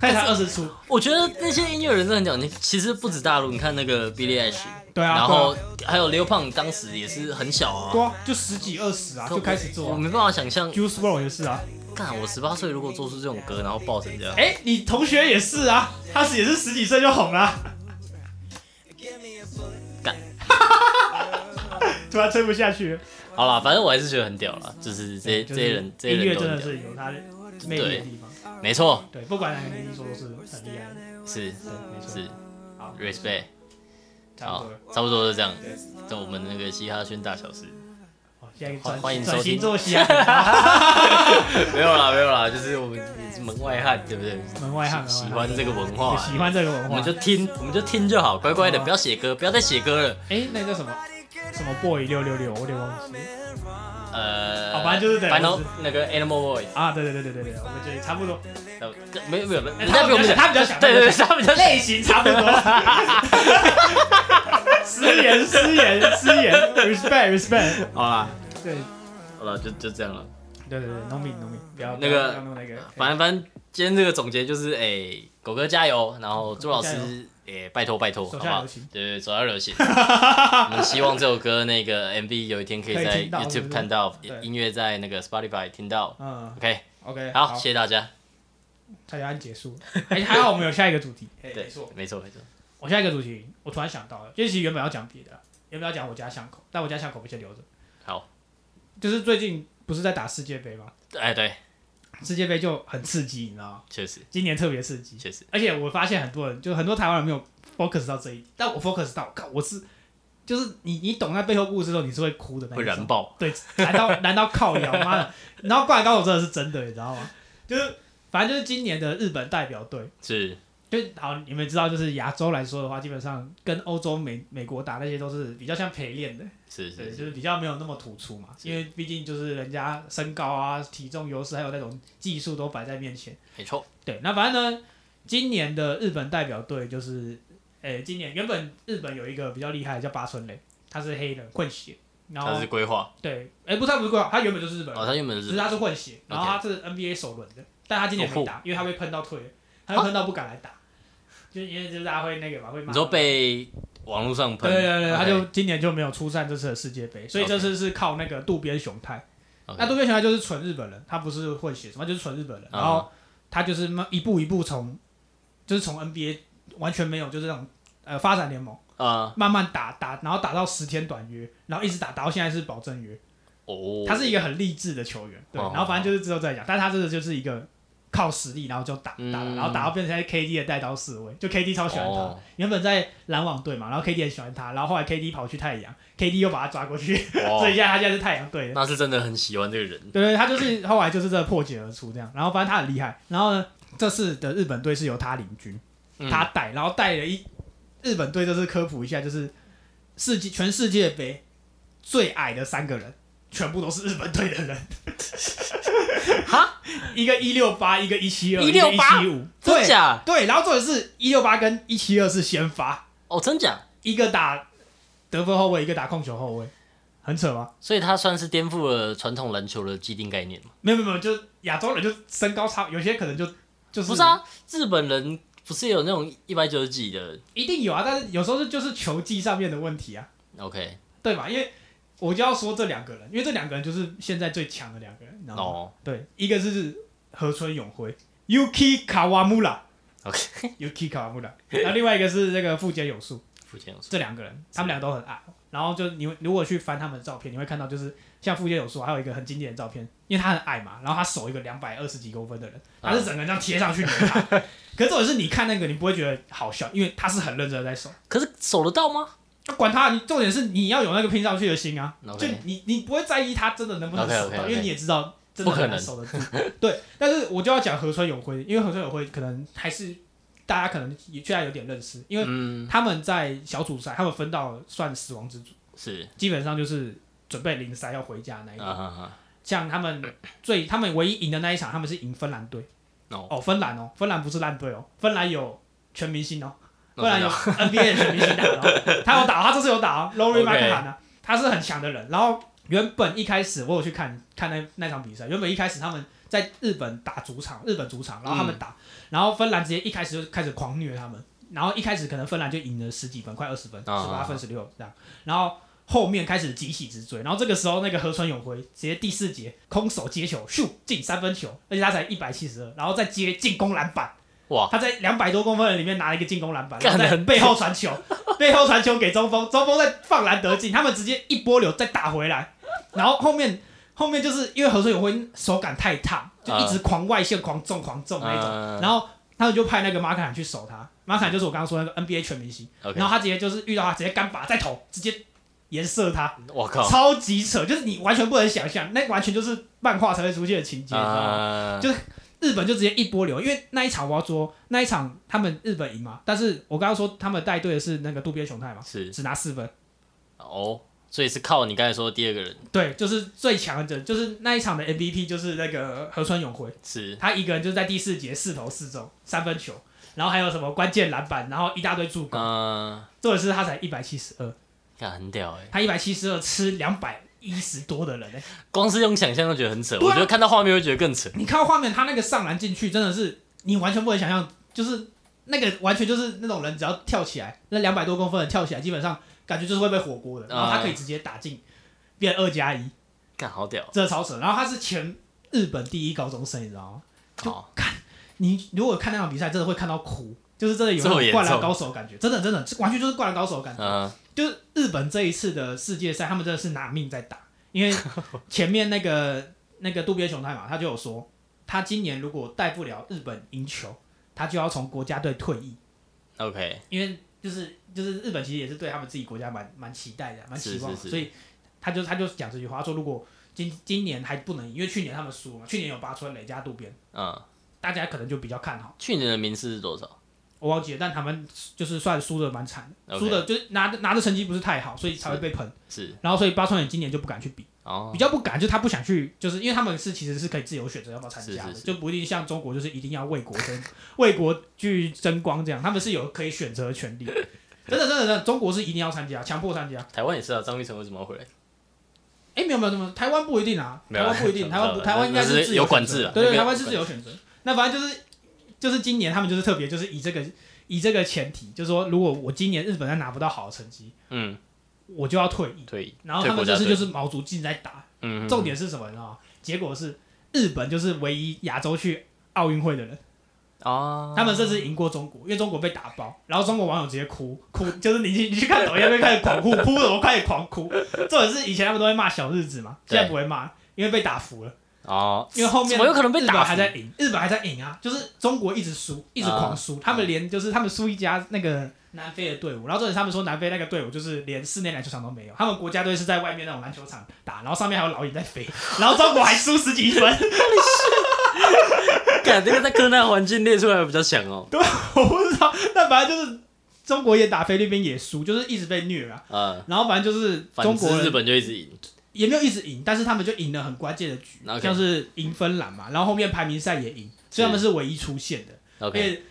C: 他也才二十出，
E: 我觉得那些音乐人真的很屌。你其实不止大陆，你看那个 Billie Eilish，
C: 对啊，
E: 然后还有刘胖当时也是很小
C: 对
E: 啊，
C: 啊，就十几二十啊，就开始做
E: 我
C: 啊、
E: 没办法想象，
C: Juice WRLD 也是啊，
E: 干我十八岁如果做出这种歌，然后爆成这样，
C: 哎、你同学也是啊，他是也是十几岁就红了、啊，
E: 干
C: 突然撑不下去了。
E: 好啦，反正我还是觉得很屌啦，就是这些这
C: 就是
E: 些人，这些
C: 音乐
E: 人都
C: 真
E: 很
C: 的
E: 屌，
C: 是有它魅力的地方。
E: 没错，
C: 对，不管哪个年纪说都是很厉害的。
E: 是
C: 对，没错。
E: 是
C: 好，
E: respect，
C: 差不
E: 好
C: 多了。，
E: 差不多是这样，这我们那个嘻哈圈大小事，
C: 好，下一个
E: 欢欢迎
C: 转
E: 收
C: 转
E: 听
C: 型做啊嘻 哈，
E: 没有啦没有啦，就是我们也是门外汉，对不对？
C: 门外汉，
E: 喜
C: 门外
E: 欢
C: 汉
E: 这个文
C: 对
E: 化，
C: 喜欢这个文
E: 我
C: 化
E: 们。就听，我们就听就好，乖乖的，
C: 好啊
E: 不要写歌，不要再写歌了。
C: 哎，那个叫什么什么 boy 六六六，我有点忘记
E: 呃，
C: 好反正就是这样
E: 反正
C: 就是
E: 那个 Animal Voice，
C: 啊。对对对对对对，我们觉得差不多，
E: 呃这没有没有，
C: 哎
E: 人家比我们
C: 他比较小他比较小
E: 对对对，他比较小
C: 类型差不 多。失言失言失言，respect respect。
E: 好啦，
C: 对
E: 好了，就就这样了。
C: 对对对，农民农民，不要
E: 那个
C: 不要弄那个，哎
E: 反正反正今天这个总结就是，哎、狗哥加油，然后朱老
C: 加油
E: 师，哎、拜托拜托，好
C: 手
E: 不
C: 下
E: 好
C: 留情？
E: 对对，手下留 情。我们希望这首歌那个 MV 有一天可以
C: 可以
E: 在
C: 听到是不
E: YouTube
C: 是
E: 看到
C: 对，
E: 音乐在那个 Spotify 听到。
C: 嗯
E: OK，
C: ，OK，
E: 好，谢谢大家。
C: 蔡家安结束了，哎、还好我们有下一个主题。哎
E: 对，没错没错。
C: 我下一个主题，我突然想到了，就是其实原本要讲别的啦，原本要讲我家巷口，但我家巷口我先留着。
E: 好，
C: 就是最近不是在打世界杯吗？
E: 哎，对，
C: 世界杯就很刺激，你知道吗？
E: 确实
C: 今年特别刺激，
E: 确实，
C: 而且我发现很多人，就很多台湾人没有 focus 到这一点，但我 focus 到，靠，我是就是你你懂那背后故事之后，你是会哭的那
E: 会
C: 一种
E: 燃爆。
C: 对，难道难道靠摇 妈的？然后灌篮高手真的是真的，你知道吗？就是反正就是今年的日本代表队，
E: 是，
C: 就好，你们知道，就是亚洲来说的话，基本上跟欧洲、美美国打那些都是比较像陪练的，
E: 是
C: 对，
E: 是，
C: 就是是比较没有那么突出嘛，
E: 是
C: 因为毕竟就是人家身高啊、体重优势，还有那种技术都摆在面前。
E: 没错。
C: 对，那反正呢，今年的日本代表队就是，诶、今年原本日本有一个比较厉害的叫八村垒，他是黑人混血，然
E: 它
C: 后
E: 是规划，
C: 对，诶、不是他不是国脚，他原本就是日本人
E: 哦，，它原本
C: 只
E: 是
C: 是他是混血，然后他是 NBA 首轮的，但他今年没打，因为他被喷到退了，他被喷到不敢来打，就是因为就是大家会那个嘛，会骂。
E: 你说被网络上
C: 对
E: 喷，
C: 对对对，
E: OK，
C: 他就今年就没有出战这次的世界杯，所以
E: OK
C: 这次是靠那个渡边雄太。
E: 哎 OK
C: 那渡边雄太就是纯日本人，他不是混血什么，他就是纯日本人，
E: 嗯
C: 然后他就是一步一步从，就是从 NBA 完全没有就是那种呃发展联盟
E: 啊，
C: 慢慢打打，然后打到十天短约，然后一直打打到现在是保证约。
E: 哦，
C: 他是一个很励志的球员，对，
E: 哦
C: 然后反正就是之后再讲，但他这个就是一个靠实力，然后就打
E: 嗯
C: 打，然后打到变成现在 KD 的带刀侍卫，就 KD 超喜欢他，
E: 哦
C: 原本在篮网队嘛，然后 KD 很喜欢他，然后后来 KD 跑去太阳，KD 又把他抓过去，
E: 哇
C: 所以现在他现在是太阳队的，
E: 那是真的很喜欢这个人，
C: 对对，他就是后来就是这破茧而出这样，然后反正他很厉害，然后呢，这次的日本队是由他领军，
E: 嗯
C: 他带，然后带了一日本队，就是科普一下，就是世界全世界杯最矮的三个人，全部都是日本队的人。
E: 哈，
C: 一个一六八，一个一七二，一一
E: 168
C: 七五，
E: 真
C: 对
E: 假？
C: 对，然后重点是一六八跟一七二是先发，
E: 哦，真假？
C: 一个打得分后卫，一个打控球后卫，很扯吗？
E: 所以他算是颠覆了传统篮球的既定概念嘛？
C: 没有没有没有，就亚洲人就身高差，有些可能就就是
E: 不是啊，日本人不是有那种一百九十几的
C: 一定有啊，但是有时候是就是球技上面的问题啊，
E: ？OK，
C: 对吧？因为我就要说这两个人，因为这两个人就是现在最强的两个人，你知道吗？
E: 哦
C: 对，一个是河村永辉 （Yuki Kawamura），Yuki
E: ，OK，
C: Kawamura，然后另外一个是那个富坚勇树，
E: 福建勇士
C: 这两个人，他们俩都很矮。然后就你如果去翻他们的照片，你会看到就是像富坚勇树，还有一个很经典的照片，因为他很矮嘛，然后他手一个两百二十几公分的人，
E: 嗯
C: 他是整个人这样贴上去扭他。可是重点是你看那个，你不会觉得好笑，因为他是很认真的在守。
E: 可是守得到吗
C: 那管他，你重点是你要有那个拼上去的心啊
E: OK
C: 就你你不会在意他真的能不能守到
E: OK，OK，OK
C: 因为你也知道真的
E: 不可能
C: 很难守得住。对，但是我就要讲河川永辉，因为河川永辉可能还是大家可能也现在有点认识，因为
E: 嗯，
C: 他们在小组赛，他们分到算死亡之组，
E: 是
C: 基本上就是准备零赛要回家那一
E: 啊
C: 种。
E: 哈哈，
C: 像他们最他们唯一赢的那一场，他们是赢芬兰队。
E: 哦
C: 哦，芬兰哦，芬兰不是烂队哦，芬兰有全明星哦。
E: 那
C: 不然有
E: 我知
C: NBA 的全明星打 哦，他有打哦，他这次有打哦，Lori
E: OK
C: m c c a n 啊，他是很强的人。然后原本一开始我有去看看那那场比赛，原本一开始他们
E: 嗯
C: 在日本打主场，日本主场，然后他们打，然后芬兰直接一开始就开始狂虐他们，然后一开始可能芬兰就赢了十几分，快二十分，十
E: 啊
C: 八分、十六这样，然后后面开始急起直追，然后这个时候那个河川永辉直接第四节空手接球，咻进三分球，而且他才一百七十二，然后再接进攻篮板，
E: 哇，
C: 他在两百多公分的里面拿了一个进攻篮板，然
E: 干
C: 后在
E: 很
C: 背后传球，背后传球给中锋，中锋再放篮得进，他们直接一波流再打回来，然后后面后面就是因为何水永辉手感太烫，就一直狂外线、狂中、狂中那一种，
E: 嗯
C: 然后他们就派那个马凯喊去守他，马凯就是我刚刚说那个 NBA 全明星，
E: 呃 OK，
C: 然后他直接就是遇到他直接干拔再投，直接颜射他，
E: 我靠，
C: 超级扯，就是你完全不能想象，那完全就是漫画才会出现的情节，你知道吗？
E: 啊
C: 就日本就直接一波流，因为那一场我要说，那一场他们日本赢嘛，但是我刚刚说他们带队的是那个渡边雄太嘛，
E: 是
C: 只拿四分，
E: 哦，所以是靠你刚才说的第二个人
C: 对，就是最强的，就是那一场的 MVP 就是那个河川永辉，
E: 是
C: 他一个人就是在第四节四投四中三分球，然后还有什么关键篮板，然后一大堆助攻，
E: 嗯，
C: 重点是他才一百七十二，
E: 看很屌哎，
C: 他一百七十二吃两百一十多的人、欸，
E: 光是用想象都觉得很扯，
C: 对啊
E: 我觉得看到画面会觉得更扯，
C: 你看到画面，他那个上篮进去真的是你完全不能想象，就是那个完全就是那种人，只要跳起来，那两百多公分的跳起来，基本上感觉就是会被火锅
E: 啊
C: 的，然后他可以直接打进，变二加一，
E: 干好屌，哦
C: 这超扯。然后他是全日本第一高中生，你知道吗？
E: 好
C: 你如果看那场比赛，真的会看到哭，就是真的有
E: 这么
C: 那
E: 严
C: 种灌篮
E: 重
C: 高手的感觉，真的真的，完全就是灌篮高手的感觉。
E: 嗯
C: 就是日本这一次的世界赛，他们真的是拿命在打，因 为前面那个那个渡边雄太嘛，他就有说，他今年如果带不了日本赢球，他就要从国家队退役，
E: ，OK，
C: 因为就是就是日本其实也是对他们自己国家蛮蛮期待的，蛮期望的，
E: 是是是
C: 所以他就他就讲这句话，他说如果今今年还不能赢，因为去年他们输嘛，去年有八村垒加渡边，
E: 嗯，
C: 大家可能就比较看好，
E: 去年的名次是多少？
C: 我忘记了，但他们就是算输的蛮惨的，
E: OK
C: 输的就是拿拿的成绩不是太好，所以才会被喷，
E: 是
C: 然后所以八村垒今年就不敢去比。
E: 哦
C: 比，较不敢，就是他不想去，就是因为他们是其实是可以自由选择要不要参加的，
E: 是是是
C: 就不一定像中国就是一定要为国争为国去争光这样，他们是有可以选择的权 利。真的真的真的，中国是一定要参加，强迫参加。
E: 台湾也是啊，张玉成为什么要回来？
C: 哎、没有没有没有，台湾不一定啊，
E: 没
C: 台
E: 有
C: 湾不一
E: 想
C: 定，台
E: 到
C: 湾不
E: 了
C: 台湾应该
E: 那
C: 是
E: 是
C: 自由
E: 有管
C: 选择
E: 制啊
C: 对
E: 那
C: 对，
E: 个
C: 台湾是
E: 有
C: 自由选择。那反正就是就是今年他们就是特别就是以这个以这个前提，就是说如果我今年日本再拿不到好的成绩，
E: 嗯，
C: 我就要退役。
E: 对，
C: 然后
E: 退
C: 他们
E: 国家
C: 这次
E: 队
C: 就是毛足劲在打，
E: 嗯，
C: 重点是什么？你知道吗？结果是日本就是唯一亚洲去奥运会的人，
E: 啊，
C: 他们这次赢过中国，因为中国被打爆，然后中国网友直接哭哭，就是你去你去看抖音会开始狂哭，哭什么开始狂哭。重点是以前他们都会骂小日子嘛，
E: 对
C: 现在不会骂，因为被打服了，
E: 哦，
C: 因为后面
E: 怎么有可能被
C: 日本
E: 打
C: 还
E: 服
C: 在赢，日本还在赢啊，就是中国一直输，一直狂
E: 嗯
C: 输，他们连就是他们输一家那个。南非的队伍，然后重点是他们说南非那个队伍就是连室内篮球场都没有，他们国家队是在外面那种篮球场打，然后上面还有老鹰在飞，然后中国还输十几分，
E: 干这个在柯南环境列出来比较强哦，
C: 我不知道，但反正就是中国也打菲律宾也输，就是一直被虐啊。
E: 嗯，
C: 然后反正就是中
E: 反
C: 国
E: 之
C: 人
E: 日本就一直赢，
C: 也没有一直赢，但是他们就赢了很关键的局
E: OK
C: 像是赢芬兰嘛，然后后面排名赛也赢，所以他们是唯一出线的。因
E: OK，
C: 为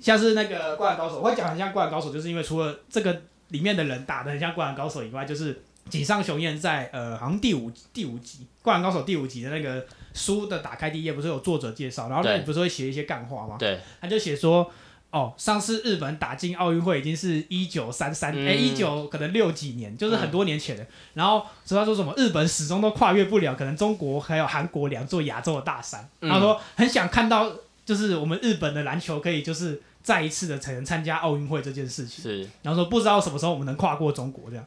C: 像是那个《灌篮高手》，我会讲很像《灌篮高手》，就是因为除了这个里面的人打的很像《灌篮高手》以外，就是井上雄彦在呃好像第五第五集《灌篮高手》第五集的那个书的打开第一页不是有作者介绍，然后那
E: 对
C: 里不是会写一些干话吗？
E: 对，
C: 他就写说，哦，上次日本打进奥运会已经是一九三三，
E: 嗯
C: 哎，一九可能六几年，就是很多年前的。然后所以他说什么，日本始终都跨越不了，可能中国还有韩国两座亚洲的大山。
E: 嗯
C: 他说很想看到，就是我们日本的篮球可以就是再一次的才能参加奥运会这件事情。
E: 是
C: 然后说不知道什么时候我们能跨过中国，这样，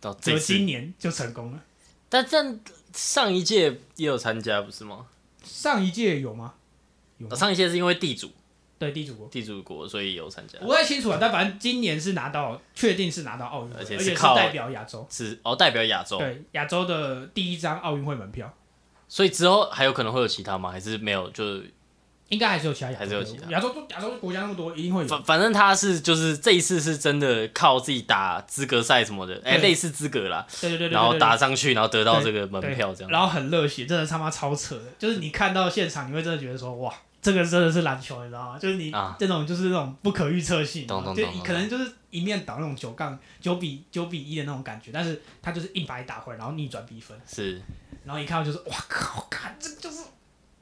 E: 到
C: 只
E: 这
C: 有
E: 次
C: 今年就成功了。
E: 但但上一届也有参加，不是吗？
C: 上一届有吗？有吗
E: 上一届是因为地主
C: 对，地主国。
E: 地主国，所以有参加
C: 我，不太清楚啊，但反正今年是拿到，确定是拿到奥运会，
E: 而且
C: 而
E: 是
C: 且是
E: 靠
C: 代表亚洲。
E: 是哦代表亚洲，
C: 对，亚洲的第一张奥运会门票，
E: 所以之后还有可能会有其他吗？还是没有？就
C: 应该还是有其他亚洲
E: 还是有其他
C: 亚洲亚洲国家那么多，一定会有。
E: 反反正他是就是这一次是真的靠自己打资格赛什么的，哎、
C: 对
E: 类似资格啦，
C: 对对对对对
E: 然后
C: 对
E: 打上去，然后得到这个门票这
C: 对
E: 样。
C: 然后很热血，真的他妈超扯的。就是你看到现场，你会真的觉得说，哇，这个真的是篮球，你知道吗？就是你
E: 啊
C: 这种就是那种不可预测性，
E: 懂懂
C: 就
E: 懂懂
C: 可能就是一面倒那种九杠九比九比一的那种感觉，但是他就是硬把你打回来，然后逆转比分，
E: 是
C: 然后一看到就是，哇靠，看这就是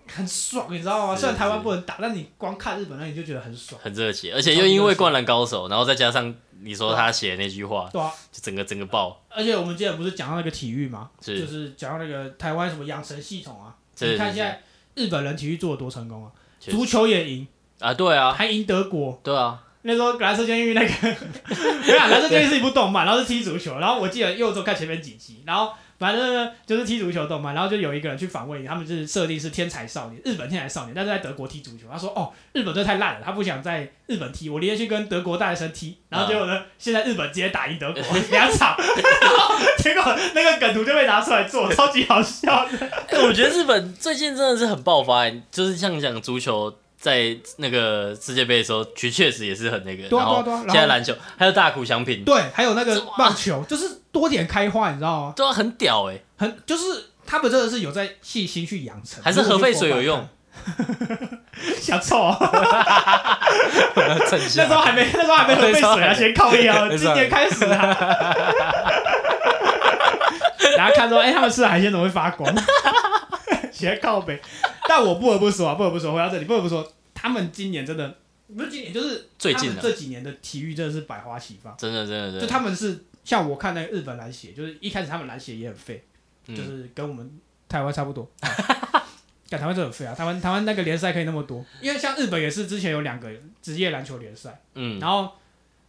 C: 很爽，你知道吗？
E: 是
C: 虽然台湾
E: 是
C: 不能打，但你光看日本那你就觉得很爽，
E: 很热血，而且又因为《灌篮高手》，然后再加上你说他写的那句话，
C: 对啊。
E: 就整个整个爆，
C: 而且我们之前不是讲到那个体育吗？
E: 是
C: 就是讲到那个台湾什么养成系统啊，
E: 是
C: 你看
E: 是
C: 现在日本人体育做的多成功啊，
E: 确实
C: 足球也赢，
E: 啊，对啊，
C: 还赢德国，
E: 对啊，
C: 那时候《蓝色监狱》那个， 没有啊，《蓝色监狱》是一部动漫，然后是踢足球，然后我记得又周看前面几集，然后反正呢就是踢足球动漫，然后就有一个人去访问，他们就是设定是天才少年，日本天才少年，但是在德国踢足球，他说哦，日本这太烂了，他不想在日本踢，我宁愿去跟德国大学生踢，然后结果呢，现在日本直接打赢德国两场，然后结果那个梗图就被拿出来做，超级好笑的，
E: 哎、我觉得日本最近真的是很爆发、欸，就是像讲足球在那个世界杯的时候，确确实也是很那个，
C: 对啊
E: 然后
C: 对啊对啊然后
E: 现在篮球还有大谷翔平，
C: 对，还有那个棒球，就是多点开花，你知道吗？
E: 对啊，很屌哎、
C: 很就是他们真的是有在细心去养成，
E: 还是核废水有用？
C: 想臭、 哦，
G: 趁
C: 那时候还没那时候还没核 废水啊，先靠一啊，
G: 那时
C: 今
G: 候还
C: 年开始啊。 然后看说，哎、他们吃的海鲜怎么会发光？ 先靠北。但我不得不说啊，不得不说，回到这里，不得不说，他们今年真的不是今年，就是
E: 最近啊啊
C: 他们这几年的体育真的是百花齐放。
E: 真的真的真的，
C: 就他们是像我看那个日本篮协，就是一开始他们篮协也很废，
E: 嗯
C: 就是跟我们台湾差不多。啊 干台湾这很废啊！台湾台湾那个联赛可以那么多，因为像日本也是之前有两个职业篮球联赛，
E: 嗯
C: 然后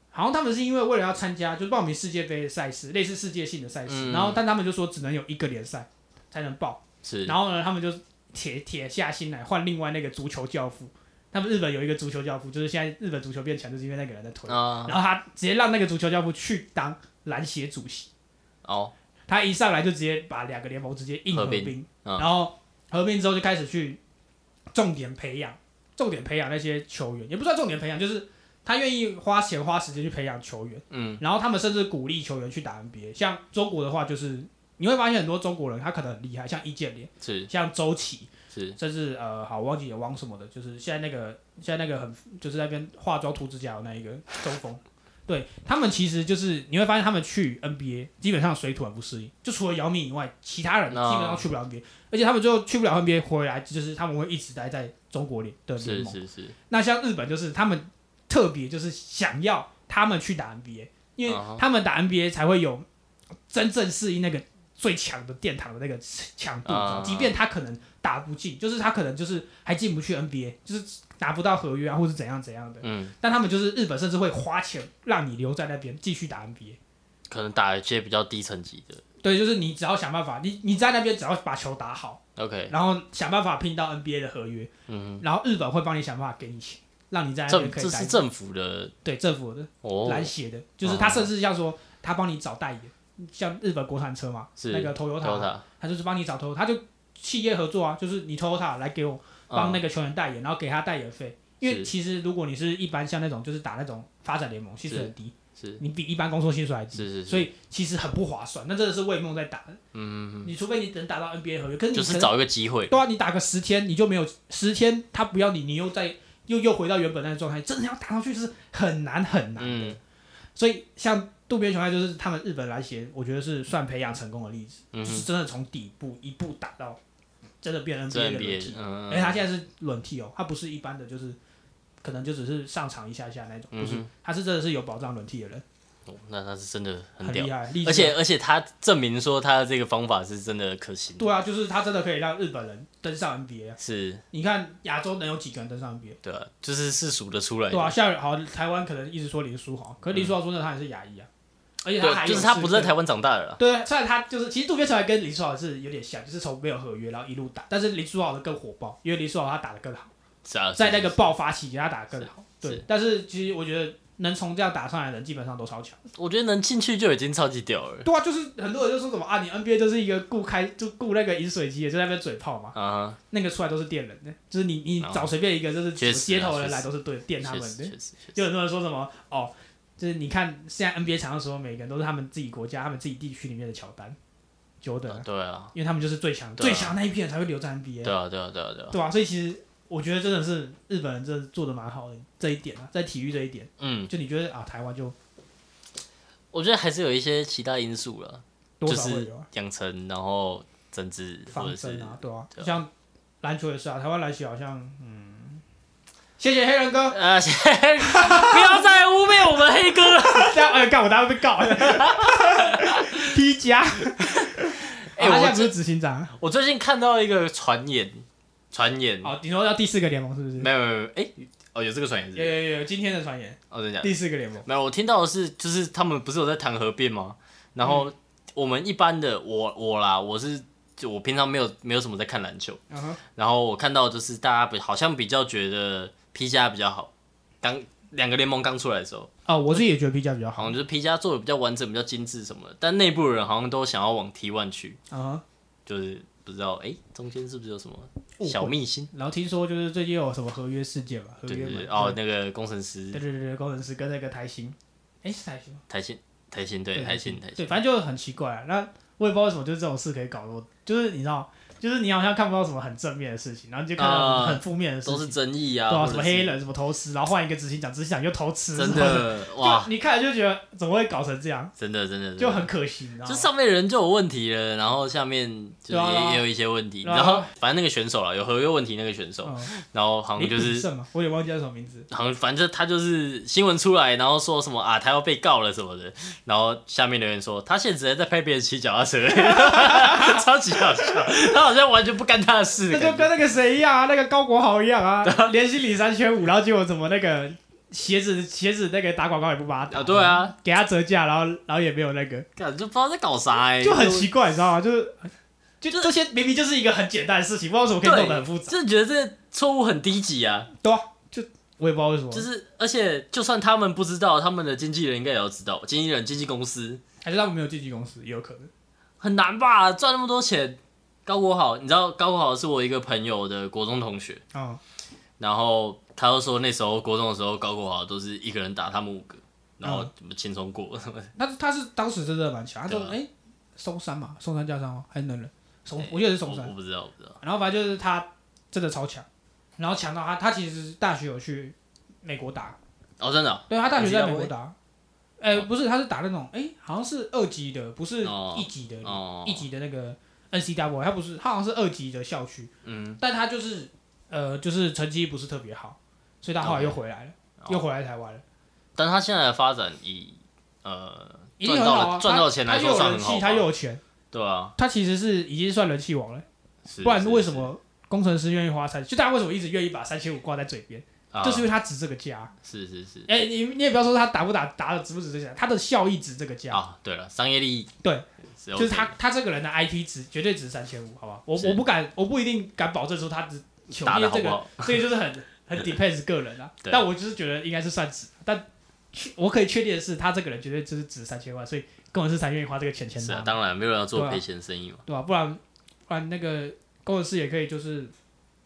C: 好像他们是因为为了要参加，就是报名世界杯的赛事，类似世界性的赛事，
E: 嗯
C: 然后但他们就说只能有一个联赛才能报，
E: 是，
C: 然后呢，他们就铁铁下心来换另外那个足球教父。他们日本有一个足球教父，就是现在日本足球变强，就是因为那个人在推。
E: 啊，
C: 然后他直接让那个足球教父去当篮协主席，
E: 哦，
C: 他一上来就直接把两个联盟直接硬合
E: 合
C: 并，
E: 嗯
C: 然后合并之后就开始去重点培养，重点培养那些球员，也不知道重点培养，就是他愿意花钱花时间去培养球员，
E: 嗯，
C: 然后他们甚至鼓励球员去打 NBA。像中国的话，就是你会发现很多中国人他可能很厉害，像易建联，
E: 是
C: 像周琦，
E: 是，
C: 甚至呃，好我忘记了王什么的，就是现在那个现在那个很就是在那边化妆涂指甲的那一个中锋，对他们其实就是你会发现他们去 NBA 基本上水土很不适应，就除了姚明以外，其他人基
E: 哦
C: 本上去不了 NBA，、而且他们最后去不了 NBA 回来，就是他们会一直待在中国联的联
E: 是
C: 盟。
E: 是是，
C: 那像日本就是他们特别就是想要他们去打 NBA，因为
E: 啊哈
C: 他们打 NBA 才会有真正适应那个最强的殿堂的那个强度，你知道
E: 啊
C: 吗即便他可能打不进，就是他可能就是还进不去 NBA，就是拿不到合约啊，或是怎样怎样的。
E: 嗯，
C: 但他们就是日本，甚至会花钱让你留在那边继续打 NBA。
E: 可能打一些比较低层级的
C: 对，就是你只要想办法，你你在那边只要把球打好，
E: ，OK，
C: 然后想办法拼到 NBA 的合约，
E: 嗯，
C: 然后日本会帮你想办法给你钱，让你在那
E: 政
C: 边可以
E: 这
C: 待
E: 是
C: 着。
E: 政府的
C: 对政府的
E: 哦，
C: 篮协的，就是他甚至像说他帮你找代言，像日本国产车嘛，
E: 是
C: 那个 Toyota，
E: Toyota
C: 他就是帮你找 Toyota，他就企业合作啊，就是你 Toyota 来给我帮那个球员代言，然后给他代言费。因为
E: 嗯是
C: 其实如果你是一般像那种就是打那种发展联盟，薪水很低，
E: 是
C: 你比一般工作薪水还低，
E: 是是是
C: 所以其实很不划算。那真的是为梦在打，
E: 嗯，
C: 你除非你能打到 NBA 合约，可是你
E: 就是
C: 可能
E: 找一个机会，
C: 对啊，你打个十天你就没有十天，他不要你，你又在又又回到原本那个状态，真的要打上去是很难很难的。
E: 嗯
C: 所以像渡边雄太就是他们日本篮协，我觉得是算培养成功的例子，
E: 嗯
C: 就
E: 哼
C: 是真的从底部一步打到真的变 NBA
E: 真
C: 的哎轮
E: NBA，
C: 替。
E: 嗯，
C: 而且他现在是轮替哦，他不是一般的，就是可能就只是上场一下下那种，不是
E: 嗯，
C: 他是真的是有保障轮替的人，
E: 哦那他是真的很
C: 很
E: 屌
C: 厉，害，厉害
E: 而且而且他证明说他的这个方法是真的可行的，
C: 对啊，就是他真的可以让日本人登上 NBA 啊。
E: 是，
C: 你看亚洲能有几个人登上 NBA？
E: 对啊，就是是数得出来的，
C: 对啊，像好台湾可能一直说林书豪，可是林书豪说那他也是亚裔啊，而且他还
E: 对，
C: 有
E: 就是他不是在
C: 跟
E: 台湾长大的啦，
C: 对，虽然他就是其实渡边淳还跟林书豪是有点像，就是从没有合约然后一路打，但是林书豪的更火爆，因为林书豪他打得更好，
E: 是啊，
C: 在那
E: 是
C: 个爆发期间他打得更好。
E: 是
C: 对，但是其实我觉得能从这样打上来的人基本上都超强。
E: 我觉得能进去就已经超级屌了
C: 对啊，就是很多人就说什么啊，你 NBA 就是一个顾开就顾那个饮水机的，就在那边嘴炮嘛，
E: 啊，
C: 那个出来都是电人的，就是你你找随便一个就是
E: 哦确实啊
C: 街头的人来
E: 确
C: 都是对电他
E: 确
C: 们
E: 实
C: 的
E: 确。实啊确实，
C: 就很多人说什么哦，就是你看现在 NBA 场上所有每个人都是他们自己国家、他们自己地区里面的乔丹、久等、
E: 啊对啊，
C: 因为他们就是最强、
E: 对啊
C: 最强那一批人才会留在 NBA，
E: 对啊，对啊，对啊，对啊，
C: 对吧、所以其实我觉得真的是日本人真的做的蛮好的这一点啊，在体育这一点，
E: 嗯，
C: 就你觉得啊，台湾就
E: 我觉得还是有一些其他因素啦，
C: 多
E: 就
C: 少会
E: 是
C: 有啊，
E: 养成，然后政治或
C: 方
E: 者是
C: 针啊，对啊，
E: 对啊
C: 像篮球也是啊，台湾篮协好像嗯，谢谢黑人哥，
E: 呃，先不要再污蔑我们黑哥了。
C: 这样哎干我待会被告， 批加，
E: 哎
C: 哎，他
E: 我
C: 现在不
E: 这
C: 是执行长，啊
E: 我最近看到一个传言，传言，
C: 哦，你说要第四个联盟是不是？
E: 没有没有，没有哎、哦，有这个传言是不
C: 有
E: 是
C: 有有，今天的传言，
E: 哦，真的假的？
C: 第四个联盟，
E: 没有，我听到的是，就是他们不是有在谈合并吗？然
C: 嗯
E: 后我们一般的，我我啦，我是就我平常没有没有什么在看篮球，
C: 嗯哼，
E: 然后我看到就是大家比好像比较觉得 P 加比较好，刚两个联盟刚出来的时候，
C: 哦，我自己也觉得批加比较
E: 好
C: 好，
E: 像就是 P 加做的比较完整、比较精致什么的，但内部人好像都想要往 T one 去，
C: 嗯哼。
E: 就是不知道哎、中间是不是有什么
C: 误会
E: 小秘辛？
C: 然后听说就是最近有什么合约事件嘛，合
E: 对
C: 约
E: 对
C: 嘛
E: 对，，哦，，那个工程师
C: 对对对对，工程师跟那个台新，哎是台新吗？
E: 台新台新对台新台新
C: 对，反正就很奇怪、啊。那我也不知道为什么，就是这种事可以搞得我，就是你知道，就是你好像看不到什么很正面的事情，然后你就看到
E: 啊
C: 很负面的事情，
E: 都是争议
C: 对
E: 啊，
C: 啊，
E: 或者
C: 什么黑人，什么偷吃，然后换一个执行长，执行长又偷吃，
E: 是真
C: 什么的，
E: 的哇
C: 就，你看了就觉得怎么会搞成这样，
E: 真的真的真的
C: 就很可惜，你知道吗
E: 就上面人就有问题了，然后下面就是
C: 对啊
E: 也、
C: 对啊
E: 也有一些问题，
C: 对啊
E: 然后反正那个选手了有合约问题那个选手，
C: 嗯，
E: 然后好像就
C: 林炳
E: 是
C: 胜嘛，我也忘记叫什么名字，
E: 好像反正他就是新闻出来，然后说什么啊他要被告了什么的，然后下面留言说他现在只是在拍别人骑脚踏车， 超级好笑，他好像完全不干他的事的
C: 那就
E: 感觉，
C: 跟那个谁一样啊，那个高国豪一样 啊，连心里三圈五，然后结果怎么那个鞋子鞋子那个打广告也不把他打，
E: 啊对，啊，
C: 给他折价，然后然后也没有那个。
E: 感就不知道在搞啥哎、
C: 就很奇怪，你知道吗？就是就
E: 就是
C: 这些明明就是一个很简单的事情，不知道为什么可以
E: 对
C: 弄得很复杂。
E: 就觉得这错误很低级啊，
C: 对啊，就我也不知道为什么，
E: 就是而且就算他们不知道，他们的经纪人应该也要知道，经纪人经纪公司
C: 还是他们没有经纪公司，也有可能。
E: 很难吧？赚那么多钱，高国豪，你知道高国豪是我一个朋友的国中同学，
C: 哦，
E: 然后他就说那时候国中的时候，高国豪都是一个人打他们五个，然后
C: 嗯
E: 怎么轻松过什么的，
C: 那他是当时真的蛮强，他说
E: 对啊
C: 哎，松山嘛，松山加上吗？还是能人？松，我记得是松
E: 我我
C: 山。
E: 不知道，我不知道，
C: 然后反正就是他真的超强，然后强到他，他其实大学有去美国打，
E: 哦，真的哦、
C: 对他大学在美国打。哎，不是，他是打那种，哎，好像是二级的，不是
E: 哦
C: 一级的，
E: 哦
C: 一级的那个 NCW，他不是，他好像是二级的校区，
E: 嗯，
C: 但他就是呃，就是成绩不是特别好，所以他后
E: 哦
C: 来又回来了，又回来台湾了，
E: 但他现在的发展以呃
C: 一定
E: 赚
C: 很
E: 到
C: 好
E: 了
C: 啊。
E: 赚到钱来
C: 他
E: 说
C: 又有
E: 算
C: 人
E: 很好
C: 气，
E: 吧，
C: 他又有钱，
E: 对啊，
C: 他其实是已经算人气王了，
E: 是
C: 不然
E: 是
C: 为
E: 是
C: 什么工程师愿意花三？就大家为什么一直愿意把三千五挂在嘴边，
E: 啊
C: 就是因为他值这个价。
E: 是是是
C: 哎，你你也不要说他打不打打的值不值这个价，他的效益值这个价，
E: 啊，对了，商业利益
C: 对，
E: 就
C: 就是他他这个人的 IP 值绝对值三千五，好吧？我
E: 是
C: 我不敢，我不一定敢保证说他值球，
E: 打
C: 因
E: 的
C: 为
E: 好
C: 这
E: 不
C: 个
E: 好？
C: 所以就是很 很 depends 个人啊。
E: 对
C: 但我就是觉得应该是算值，但确我可以确定的是，他这个人绝对就是值三千万，所以工程师才愿意花这个钱钱
E: 是
C: 他
E: 啊
C: 嘛，，
E: 当然没有人要做
C: 对啊
E: 赔钱生意嘛。
C: 对吧、不然不然那个工程师也可以就是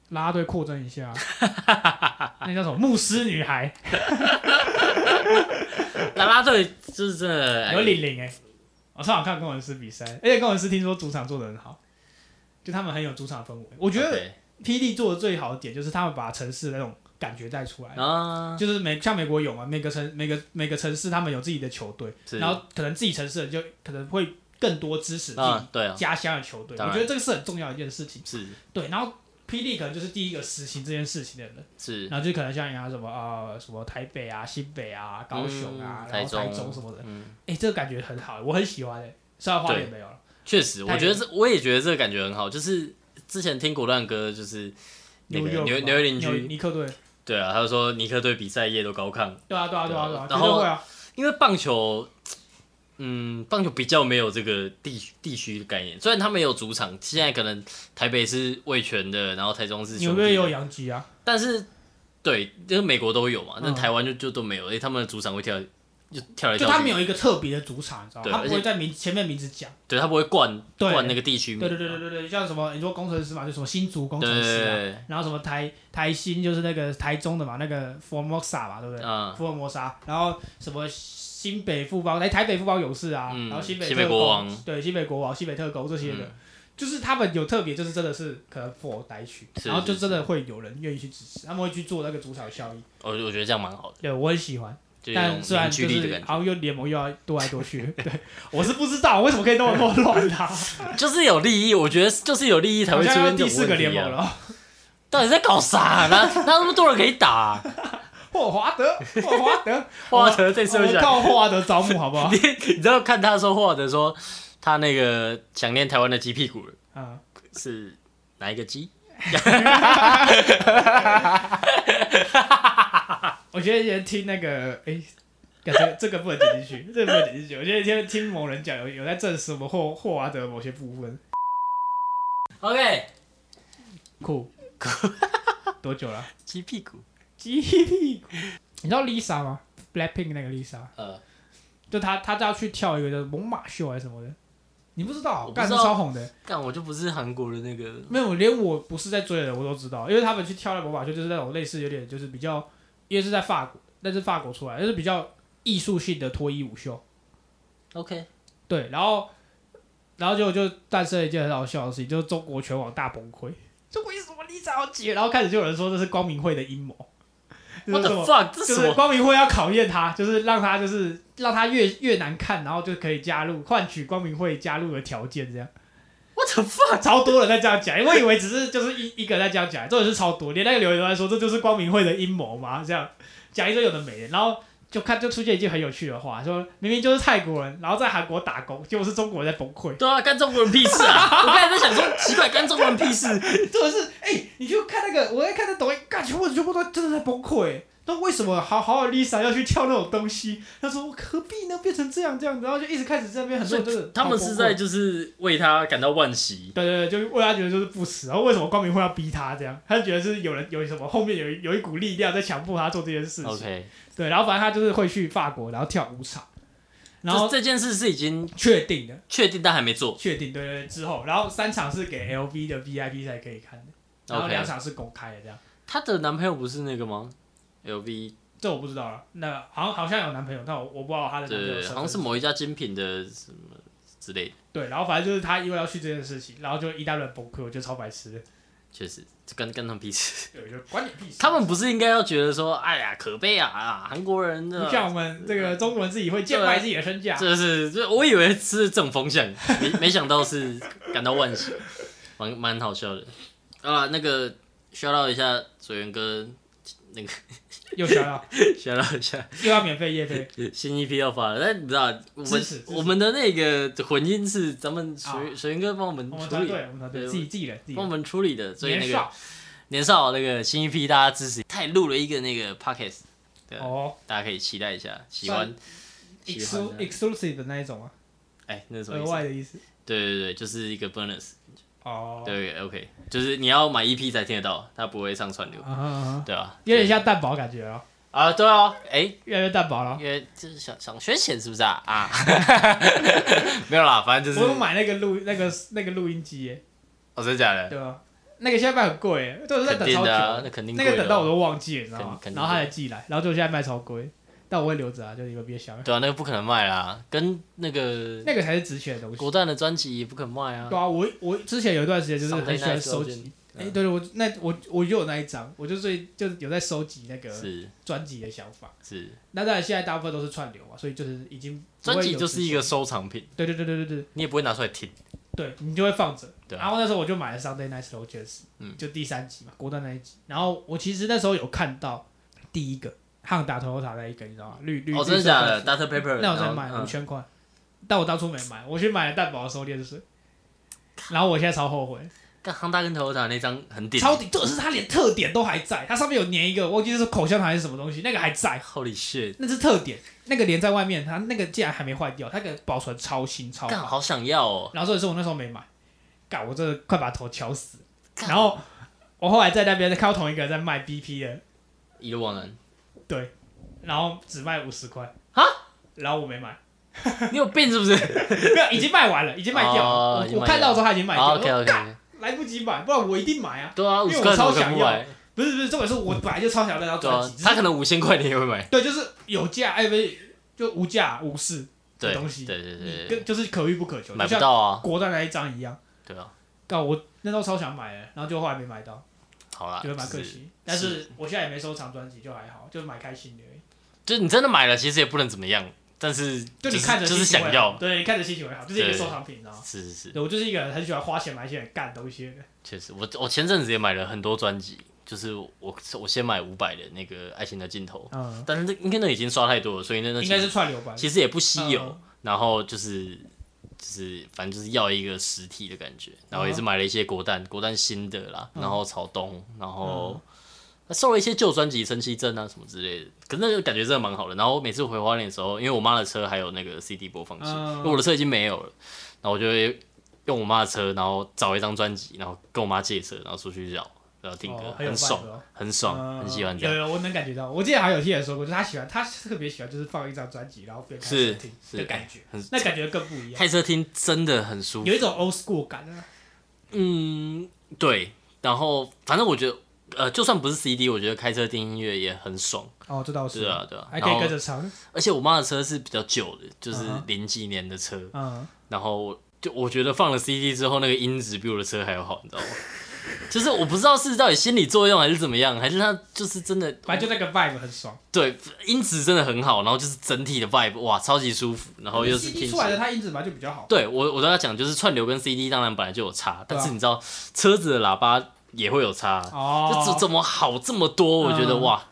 C: 拉队扩增一下啊， 那叫什么牧师女孩
E: 啦啦队就是真的
C: 有玲玲哎，我上场看工程师比赛，而且工程师听说主场做的很好，就他们很有主场氛围。我觉得
E: 哎 OK，
C: PD 做的最好的点就是他们把城市的那种感觉带出来。
E: 啊，
C: 就是美像美国有嘛，每个城每个每个城市他们有自己的球队，
E: 是
C: 然后可能自己城市的人就可能会更多支持自己
E: 啊，对啊，
C: 家乡的球队，
E: 当
C: 我
E: 然
C: 觉得这个是很重要的一件事情。
E: 是
C: 对，然后霹雳可能就是第一个实行这件事情的人，
E: 是，
C: 然后就可能像人家什么呃什么台北啊、新北啊、高雄
E: 嗯
C: 啊，然
E: 台
C: 后
E: 中
C: 台中什么的，
E: 嗯，
C: 哎、这个感觉很好，我很喜欢的、虽然花
E: 对
C: 莲没有了，
E: 确实，
C: 太
E: 我觉得这我也觉得这个感觉很好，就是之前听古浪哥就是那个
C: 约
E: 纽
C: 纽
E: 约邻居，
C: 尼克队，
E: 对啊，他说尼克队比赛夜都高亢，
C: 对啊对啊对啊对
E: 对
C: 啊，
E: 啊然
C: 绝对
E: 后
C: 会啊，
E: 因为棒球。嗯，棒球比较没有这个地区地区的概念，虽然他们有主场，现在可能台北是味全的，然后台中是
C: 纽
E: 兄
C: 约
E: 弟
C: 也
E: 的
C: 有洋基啊，
E: 但是对，就是美国都有嘛，但
C: 嗯
E: 台湾就就都没有，因为他们的主场会跳，就跳来
C: 就
E: 跳
C: 他
E: 去，
C: 们有一个特别的主场，你知道吗？
E: 对
C: 他不
E: 而
C: 会
E: 且
C: 在名前面名字讲。
E: 对他不会灌
C: 对
E: 灌那个地区名，
C: 对对对对对对，像什么你说工程师嘛，就什么新竹工程师啊，
E: 对
C: 然后什么台台新就是那个台中的嘛，那个福尔摩沙嘛，对不对？
E: 啊，
C: 福尔摩沙，然后什么新北富邦，哎，台北富邦勇士啊，
E: 嗯
C: 然后新北
E: 新北
C: 特
E: 国
C: 工
E: 王，
C: 对，新北国王、新北特工这些的，
E: 嗯
C: 就是他们有特别，就是真的是可能 for 台区，
E: 是
C: 然后就是真的会有人愿意去支持，他们会去做那个主场效益，
E: 我我觉得这样蛮好的，
C: 对我很喜欢，
E: 就有一
C: 但虽
E: 种
C: 然
E: 凝聚
C: 就
E: 力的
C: 是
E: 感
C: 好像又联盟又要多来多去， 对我是不知道为什么可以那么多乱啊，
E: 觉，就是有利益，我觉得就是有利益才
C: 好
E: 会出
C: 像要
E: 现这
C: 第
E: 种
C: 四
E: 问
C: 个
E: 题
C: 联盟
E: 啊。
C: 了，
E: 到底在搞啥、啊？哪哪那么多人可以打、 啊？
C: 霍哦华德，霍华 德，
E: 霍华德这次
C: 我
E: 会
C: 们
E: 选？
C: 靠霍华德招募好不 好
E: 你你知道看他说霍华德说他那个想念台湾的鸡屁股
C: 啊，
E: 是哪一个 鸡？
C: 我觉得也听那个，哎、感觉这个不能点进去， 这个不能点进去。我觉得今天听某人讲，有有在证实我们霍霍华德的某些部分。
E: OK，
C: 酷酷，多久了？
E: 鸡屁股。
C: 鸡屁股。你知道 Lisa 吗？Blackpink 那个 Lisa，
E: 呃，
C: 就她她要去跳一个叫猛犸秀还是什么的，你不知道？
E: 我不
C: 干
E: 知道
C: 是超红的。
E: 干我就不是韩国的那个，
C: 没有，连我不是在追的人我都知道，因为他们去跳那魔法秀就是那种类似有点就是比较，因为是在法国，那是法国出来，就是比较艺术性的脱衣舞秀。
E: OK，
C: 对，然后然后就就诞生了一件很好笑的事情，就是中国全网大崩溃。就为什么 Lisa 要结？然后开始就有人说这是光明会的阴谋。
E: 我
C: 就
E: 的
C: 是什么
E: fuck，这
C: 就是是
E: 什么？
C: 光明会要考验他，就是让他就是让他越越难看，然后就可以加入，换取光明会加入的条件，这样。
E: 我的 fuck，
C: 超多人在这样讲，我以为只是就是一一个在这样讲，这人是超多，连那个留言都在说这就是光明会的阴谋嘛，这样讲一堆有的没的，然后就看就出现一句很有趣的话，说明明就是泰国人，然后在韩国打工，结果是中国人在崩溃，
E: 对啊，干中国人屁事 啊！我刚才在想说，奇怪，干中国人屁事？
C: 就是哎、你去看那个，我在看那抖音，感觉我全部都真的在崩溃、那为什么好好的 Lisa 要去跳那种东西？他说我哦何必呢？变成这样这样子，然后就一直开始在那边很
E: 所
C: 多人真
E: 以
C: 的
E: 他们是在
C: 超崩溃
E: 就是为他感到惋惜。
C: 对对对，就是为他觉得就是不死，然后为什么光明会要逼他这样？他就觉得是有人有什么后面有一有一股力量在强迫他做这件事情。
E: OK，
C: 对，然后反正他就是会去法国，然后跳舞场，然
E: 就
C: 后
E: 这件事是已经
C: 确定的，
E: 确定，但还没做。
C: 确定对对对之后，然后三场是给 LV 的 VIP 才可以看的，然后
E: OK
C: 两场是公开的这样。
E: 她的男朋友不是那个吗？LV
C: 这我不知道了，那好像好像有男朋友，但我我不知道他的男朋友
E: 对，
C: 身份
E: 好像是某一家精品的什么之类的，
C: 对，然后反正就是他因为要去这件事情，然后就一大轮崩溃，我觉得超白痴的，
E: 确 实这跟跟他们屁事。
C: 对，我就关你屁事。
E: 他们不是应该要觉得说，哎呀，可悲啊啊，韩国人
C: 不
E: 的。
C: 像我们这个中国人自己会贱卖自己的 身价，
E: 这是这，我以为是这种风向，没没想到是感到惋惜， 蛮蛮好笑的啊。那个 shout out 一下水源哥，那个
C: 又想要
E: shout out 一 下
C: 又要免费夜费，
E: 新一批要发了，但你知道我
C: 支
E: 们
C: 持支持
E: 我们的那个混音是咱们水、
C: 啊
E: 水源哥帮我们
C: 我们
E: 处
C: 团
E: 理
C: 队，，我们团队
E: 对
C: 自己自己人，自己
E: 帮我
C: 人。
E: 们处理的，所以那
C: 年
E: 个
C: 少
E: 年少那个新一批大家支持，他也录了一个那个 podcast，对
C: 哦
E: 大家可以期待一下，喜欢呃喜欢
C: ，exclu
E: 的，
C: exclusive 的那一种啊，
E: 哎，那是什么
C: 额
E: 意思？
C: 外的意思。
E: 对对对，就是一个 bonus，
C: 哦，
E: 对，OK，就是你要买 EP 才听得到，它不会上串流
C: 啊，，啊，
E: 对吧？
C: 有点像蛋堡感觉哦，
E: 啊，对啊，哎，
C: 越来越蛋堡了。
E: 因为这是想想圈钱是不是啊？啊， 没有啦，反正就
C: 我
E: 是
C: 有，买那个录那个那个录音机耶，
E: 哦，真的假的？
C: 对吧？那个现在卖很贵耶，都是在
E: 肯
C: 等超
E: 定
C: 久
E: 的啊
C: 的，
E: 那肯定
C: 那
E: 贵
C: 个
E: 的
C: 等到我都忘记了，你知道吗
E: 肯？肯定
C: 然后他才寄来，然后就现在卖超贵，但我会留着啊，就你们别想了，
E: 对啊，那个不可能卖啦，跟那个
C: 那个才是值钱的东西。
E: 国蛋的专辑也不可能卖啊
C: 对。啊，我我之前有一段时间就是很喜欢收
E: 上
C: 集，
E: 那一周
C: 哎、对对，我那我我就有那一张，我就最就是有在收集那个
E: 是
C: 专辑的想法。
E: 是，
C: 那当然现在大部分都是串流嘛，所以就是已经不会
E: 专
C: 有
E: 辑就是一
C: 之
E: 个收藏品，
C: 前，对对对对对对，
E: 你也不会拿出来听。
C: 对你就会放着。
E: 对啊
C: 然后那时候我就买了《Sunday Night Slow Jazz》，
E: 嗯
C: 就第三集嘛，国段那一集。然后我其实那时候有看到第一个汉达 Toyota 那一个，你知道吗？绿绿
E: 哦，真的假的？？Data Paper，
C: 那我才
E: 然后
C: 买
E: 嗯
C: 五千块，但我当初没买，我去买了蛋堡的收敛水。然后我现在超后悔，
E: 嗯干亨大跟 Toyota 那张很顶
C: 超顶，这是它连特点都还在，它上面有粘一个，我忘记是口香糖还是什么东西，那个还在，
E: ，Holy shit！
C: 那是特点，那个连在外面，它那个竟然还没坏掉，它那个保存超新超
E: 干
C: 好。
E: 好想要哦。
C: 然后所以说我那时候没买，干我真的快把头敲死。
E: 干
C: 然后我后来在那边看到同一个在卖 BP 的，
E: 一路往南，
C: 对，然后只卖五十块
E: 啊，
C: 然后我没买，
E: 你有病是 不是？
C: 没有，已经卖完了，已经卖掉
E: 哦
C: 了。
E: 已
C: 我
E: 经
C: 我
E: 卖
C: 看到
E: 掉哦
C: 的时候他已经卖掉
E: 好
C: 了，
E: ，OK
C: 我说
E: OK，
C: 干来不及买，不然我一定买啊。
E: 对啊，
C: 因
E: 五
C: 为
E: 十
C: 我
E: 块
C: 超
E: 我可
C: 想
E: 不
C: 要
E: 买，
C: 不是不是，重点是我本来就超想要那张
E: 对
C: 专
E: 啊
C: 辑，，
E: 他
C: 只
E: 可
C: 是
E: 能五千块你也会 买，
C: 对，就是有价，哎不是，就无价无市
E: 对，
C: 的
E: 对
C: 东西，
E: 对对
C: 你
E: 对
C: 跟就是可遇不可求，
E: 买
C: 就
E: 不
C: 像
E: 到啊，
C: 国蛋那一张一样。
E: 对啊，
C: 干我那时候超想买的，然后就后来没买到。
E: 好啦，
C: 觉得蛮
E: 啊
C: 可
E: 就是
C: 惜。但是我现在也没收藏专辑，就还好，就蛮开心的而已。
E: 就是你真的买了，其实也不能怎么样，但是
C: 就你
E: 是
C: 看着啊
E: 就是
C: 心情
E: 想
C: 会好
E: 要，
C: 对，你看着心情会好，就是一个
E: 对
C: 收藏品，你知道吗？
E: 是是是，
C: 对我就是一个很喜欢花钱买一些很干的东西的人。
E: 确实，我我前阵子也买了很多专辑，就是我我先买伍佰的那个《爱情的尽头》，
C: 嗯，
E: 但是那应该那已经刷太多了，所以那那
C: 应该
E: 其
C: 是
E: 实
C: 串流版。
E: 其实也不稀有，
C: 嗯
E: 然后就是就是反正就是要一个实体的感觉，然后也是
C: 嗯
E: 买了一些国蛋，国蛋新的啦，然后草东，然后。
C: 嗯
E: 收了一些旧专辑、陈绮贞啊什么之类的，可是那个感觉真的蛮好的。然后每次回花莲的时候，因为我妈的车还有那个 CD 播放器，
C: 嗯
E: 因为我的车已经没有了，然后我就会用我妈的车，然后找一张专辑，然后跟我妈借车，然后出去绕，然后听歌，
C: 哦很有
E: 很爽
C: vibe 哦，
E: 很爽，
C: 嗯
E: 很喜欢这样。
C: 有有，我能感觉到。我之前好像有听人说过，就是他喜欢，他特别喜欢，就是放一张专辑，然后边开
E: 是
C: 车听
E: 是
C: 的感觉
E: 很，
C: 那感觉更不一样，
E: 开车听真的很舒服
C: 有，一种 old school 感啊。
E: 嗯，对。然后反正我觉得，呃，就算不是 CD，我觉得开车听音乐也很爽。
C: 哦，这倒是。
E: 对啊对啊
C: 还可
E: 然
C: 以
E: 后
C: 跟着唱。
E: 而且我妈的车是比较旧的，就是
C: 嗯哼
E: 零几年的车，
C: 嗯，
E: 然后就我觉得放了 CD 之后，那个音质比我的车还要好，你知道吗？ 就是我不知道是到底心理作用还是怎么样，还是它就是真的，
C: 反正就那个 vibe 很爽。
E: 对音质真的很好，然后就是整体的 vibe 哇，超级舒服，然后又是
C: CD
E: 听起
C: 出来的，它音质本来就比较好。
E: 对我我都要讲，就是串流跟 CD 当然本来就有差，但
C: 对啊
E: 是你知道车子的喇叭也会有差，
C: 哦，
E: 这怎怎么好这么多？我觉得、
C: 嗯
E: 哇，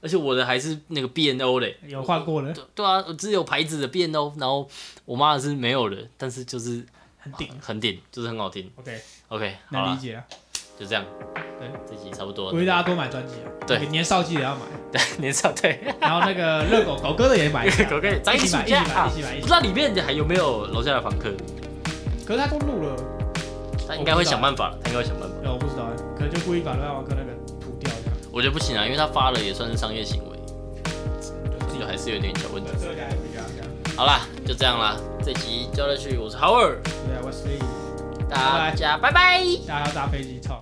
E: 而且我的还是那个 B N O 嘞，
C: 有换过了，
E: 对对啊，我只有牌子的 B N O，然后我妈的是没有的，但是就是
C: 很顶。
E: 很顶，就是很好听。
C: OK，
E: OK，好
C: 能理
E: 啦，
C: 解啊。
E: 就这样，
C: 对，
E: 这集差不多
C: 鼓励
E: 了。
C: 大家多买专辑啊，
E: 对
C: 那个年少记得要买，
E: 年少对，
C: 然后那个热狗狗哥的也买一下，
E: 可不可以？咱
C: 一起
E: 暑
C: 买，一起
E: 假
C: 买，
E: 啊
C: 一起买，
E: 不
C: 一起
E: 知道
C: 买。
E: 里面还有没有楼下的房客，
C: 可是他都录了，
E: 他应该会想办法，他应该会想办法。
C: 呃，我不知道，可能就故意把热狗哥那个涂掉这样。
E: 我觉得不行啊，因为他发了也算是商业行为，就还是有点小问题。
C: 这个还比较这样。
E: 好啦，就这样啦，这集交下去，我是 Howard，
C: 对啊，我是
E: 大家拜拜。
C: 大家要搭飞机操。